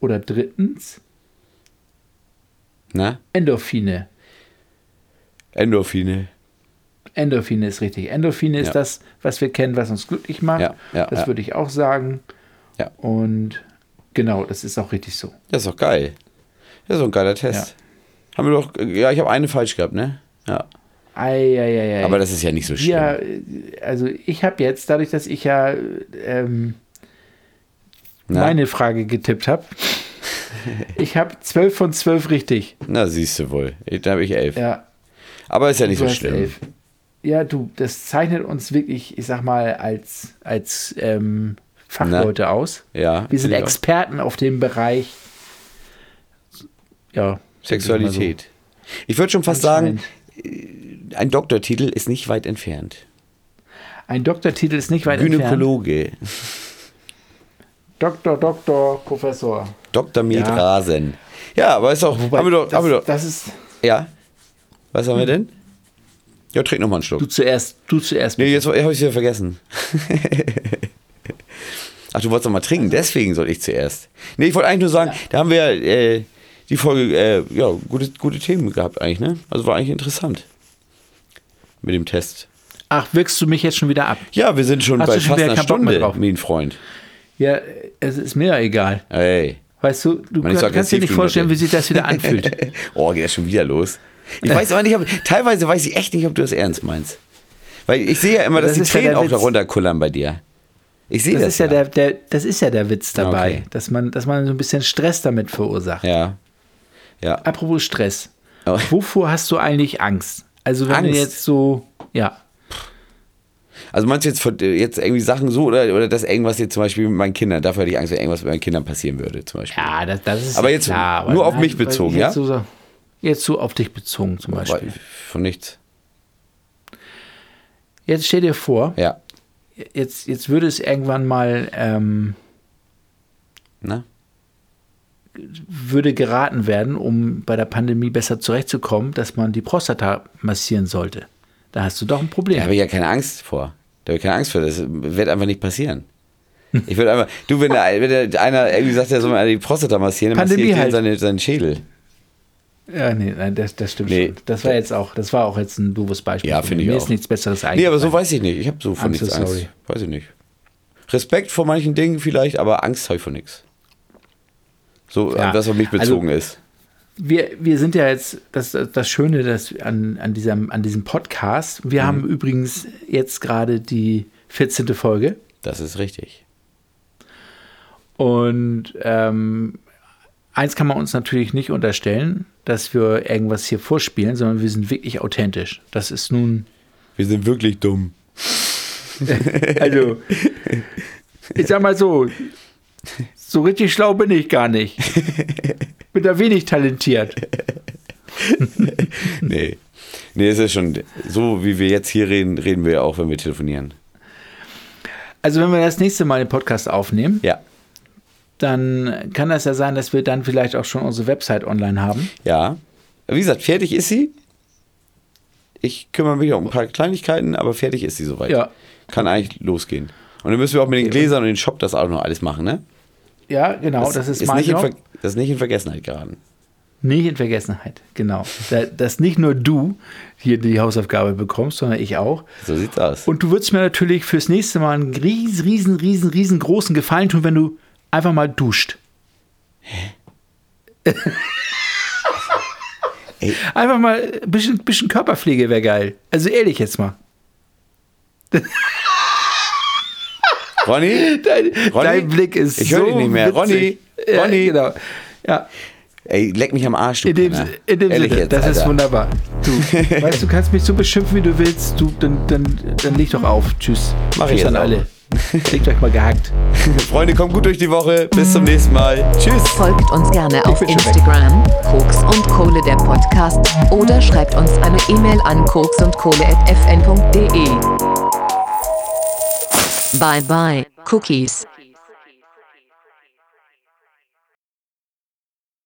A: oder drittens
C: Ne?
A: Endorphine.
C: Endorphine.
A: Endorphine ist richtig. Endorphine
C: Ja.
A: ist das, was wir kennen, was uns glücklich macht.
C: Ja, ja,
A: das
C: ja.
A: würde ich auch sagen.
C: Ja.
A: Und genau, das ist auch richtig so.
C: Das ist doch geil. Das ist doch ein geiler Test. Haben wir doch. äh, Ja, ich habe eine falsch gehabt, ne? Ja.
A: Eieiei.
C: Aber das ist ja nicht so schlimm.
A: ja, äh, also ich habe jetzt, dadurch, dass ich ja äh, ähm,
C: Na?
A: meine Frage getippt habe, ich habe 12 von 12 richtig.
C: Na, siehst du wohl. Da habe ich elf.
A: Ja,
C: Aber ist ja nicht
A: du
C: so
A: hast
C: schlimm.
A: 11. Ja, du, das zeichnet uns wirklich, ich sag mal, als, als ähm, Fachleute aus.
C: Ja.
A: Wir sind
C: ja.
A: Experten auf dem Bereich ja,
C: Sexualität.
A: also.
C: Ich würde schon fast sagen, äh, ein Doktortitel ist nicht weit entfernt.
A: Ein Doktortitel ist nicht weit entfernt.
C: Gynäkologe.
A: Doktor, Doktor, Professor.
C: Dr. Med
A: Ja.
C: Rasen. Ja, aber ist doch. haben wir doch.
A: das,
C: haben wir doch
A: das ist.
C: ja. Was haben wir denn? Ja, trink nochmal einen Schluck.
A: Du zuerst, du zuerst.
C: Nee, jetzt habe ich wieder vergessen. Ach, du wolltest noch mal trinken, deswegen soll ich zuerst. Nee, ich wollte eigentlich nur sagen, da haben wir äh, die Folge, äh, ja, gute, gute Themen gehabt eigentlich, ne? Also war eigentlich interessant. Mit dem Test.
A: Ach, wirkst du mich jetzt schon wieder ab?
C: Ja, wir sind schon
A: Hast
C: bei
A: du schon
C: fast
A: wieder
C: einer
A: keinen Bock mehr
C: Stunde,
A: drauf?
C: mein Freund.
A: Ja, es ist mir ja egal.
C: Ey.
A: Weißt du, du
C: Man ist
A: kannst
C: so
A: dir
C: aggressiv,
A: nicht
C: du
A: vorstellen, wie
C: Nutte.
A: sich das wieder anfühlt.
C: Oh, geht das schon wieder los? Ich weiß aber nicht, ob, teilweise weiß ich echt nicht, ob du das ernst meinst. Weil ich sehe ja immer, dass
A: Das
C: die
A: ist ja
C: Tränen
A: der
C: auch
A: Witz.
C: darunter kullern bei dir. Ich sehe
A: Das
C: das,
A: ist ja der, der, das ist ja der Witz dabei,
C: Okay.
A: dass, man, dass man so ein bisschen Stress damit verursacht.
C: Ja. Ja.
A: Apropos Stress.
C: Oh.
A: Wovor hast du eigentlich Angst? Also, wenn
C: Angst?
A: du jetzt so. Ja.
C: Also meinst du jetzt, von- jetzt irgendwie Sachen so oder, oder dass irgendwas jetzt zum Beispiel mit meinen Kindern, dafür hätte ich Angst, wenn irgendwas mit meinen Kindern passieren würde zum Beispiel.
A: Ja, das, das ist
C: Aber
A: ja
C: jetzt
A: klar,
C: nur auf
A: nein,
C: mich
A: weil
C: bezogen,
A: ich
C: ja?
A: Jetzt so, sag- jetzt so auf dich bezogen zum
C: Weil-
A: Beispiel.
C: Von nichts.
A: Jetzt stell dir vor,
C: Ja.
A: jetzt, jetzt würde es irgendwann mal, ähm,
C: Na?
A: würde geraten werden, um bei der Pandemie besser zurechtzukommen, dass man die Prostata massieren sollte. Da hast du doch ein Problem.
C: Da habe ich ja keine Angst vor. Da habe ich keine Angst vor. Das wird einfach nicht passieren. Ich würde einfach, du, wenn, der, wenn der einer irgendwie sagt, der soll mal die Prostata massieren, dann
A: Pandemie
C: massiert
A: halt.
C: halt. seine, seinen Schädel.
A: ja, nee, nein, das, das stimmt
C: Nee.
A: schon. Das war jetzt auch, das war auch jetzt ein doofes Beispiel.
C: Ja,
A: von
C: finde
A: mir.
C: ich
A: Mir ist
C: auch.
A: nichts Besseres
C: Nee, aber
A: eingefallen.
C: so weiß ich nicht. Ich habe so von
A: I'm
C: nichts
A: so
C: Angst.
A: sorry.
C: Weiß ich nicht. Respekt vor manchen Dingen vielleicht, aber Angst habe ich vor nichts. So,
A: Ja,
C: an das auf mich
A: also-
C: bezogen ist.
A: wir, wir sind ja jetzt, das, das Schöne dass wir an, an, diesem, an diesem Podcast. Wir
C: Mhm.
A: haben übrigens jetzt gerade die 14. Folge
C: Das ist richtig.
A: und ähm, eins kann man uns natürlich nicht unterstellen, dass wir irgendwas hier vorspielen, sondern wir sind wirklich authentisch. Das ist nun,
C: Wir sind wirklich dumm.
A: also, ich sag mal so, so richtig schlau bin ich gar nicht. Bin da wenig talentiert.
C: Nee. Nee, es ist schon so, wie wir jetzt hier reden, reden wir ja auch, wenn wir telefonieren.
A: Also, wenn wir das nächste Mal den Podcast aufnehmen,
C: Ja.
A: dann kann das ja sein, dass wir dann vielleicht auch schon unsere Website online haben.
C: Ja. Wie gesagt, fertig ist sie. Ich kümmere mich um ein paar Kleinigkeiten, aber fertig ist sie soweit.
A: Ja.
C: Kann eigentlich losgehen. Und dann müssen wir auch mit den Gläsern und den Shop das auch noch alles machen, ne?
A: Ja, genau, das, ist, mein
C: nicht in
A: Job.
C: Ver- das ist nicht in Vergessenheit geraten.
A: nicht in Vergessenheit, genau. Da, dass nicht nur du hier die Hausaufgabe bekommst, sondern ich auch.
C: So sieht's aus.
A: Und du würdest mir natürlich fürs nächste Mal einen riesen, riesen, riesen, riesengroßen Gefallen tun, wenn du einfach mal duscht.
C: Ey.
A: einfach mal ein bisschen, bisschen Körperpflege wäre geil. Also ehrlich jetzt mal.
C: Ronny?
A: Dein,
C: Ronny?
A: dein Blick ist
C: Ich
A: so
C: höre dich nicht mehr.
A: witzig.
C: Ronny?
A: Ja,
C: Ronny?
A: Genau. Ja,
C: Ey, leck mich am Arsch, du
A: in dem,
C: Penner.
A: in dem
C: Ehrlich
A: Sinne,
C: jetzt,
A: das ist
C: Alter.
A: wunderbar. Du, weißt du, kannst mich so beschimpfen, wie du willst. Du, dann, dann, dann leg doch auf. Tschüss.
C: Mach ich
A: Tschüss an
C: jetzt auch.
A: alle. Legt euch mal gehackt.
C: Freunde, kommt gut durch die Woche. Bis zum nächsten Mal. Tschüss.
B: Folgt uns gerne auf
A: bin schon weg.
B: Instagram, Koks und Kohle der Podcast, oder schreibt uns eine E-Mail an koksundkohle.fn.de. Bye bye, Cookies.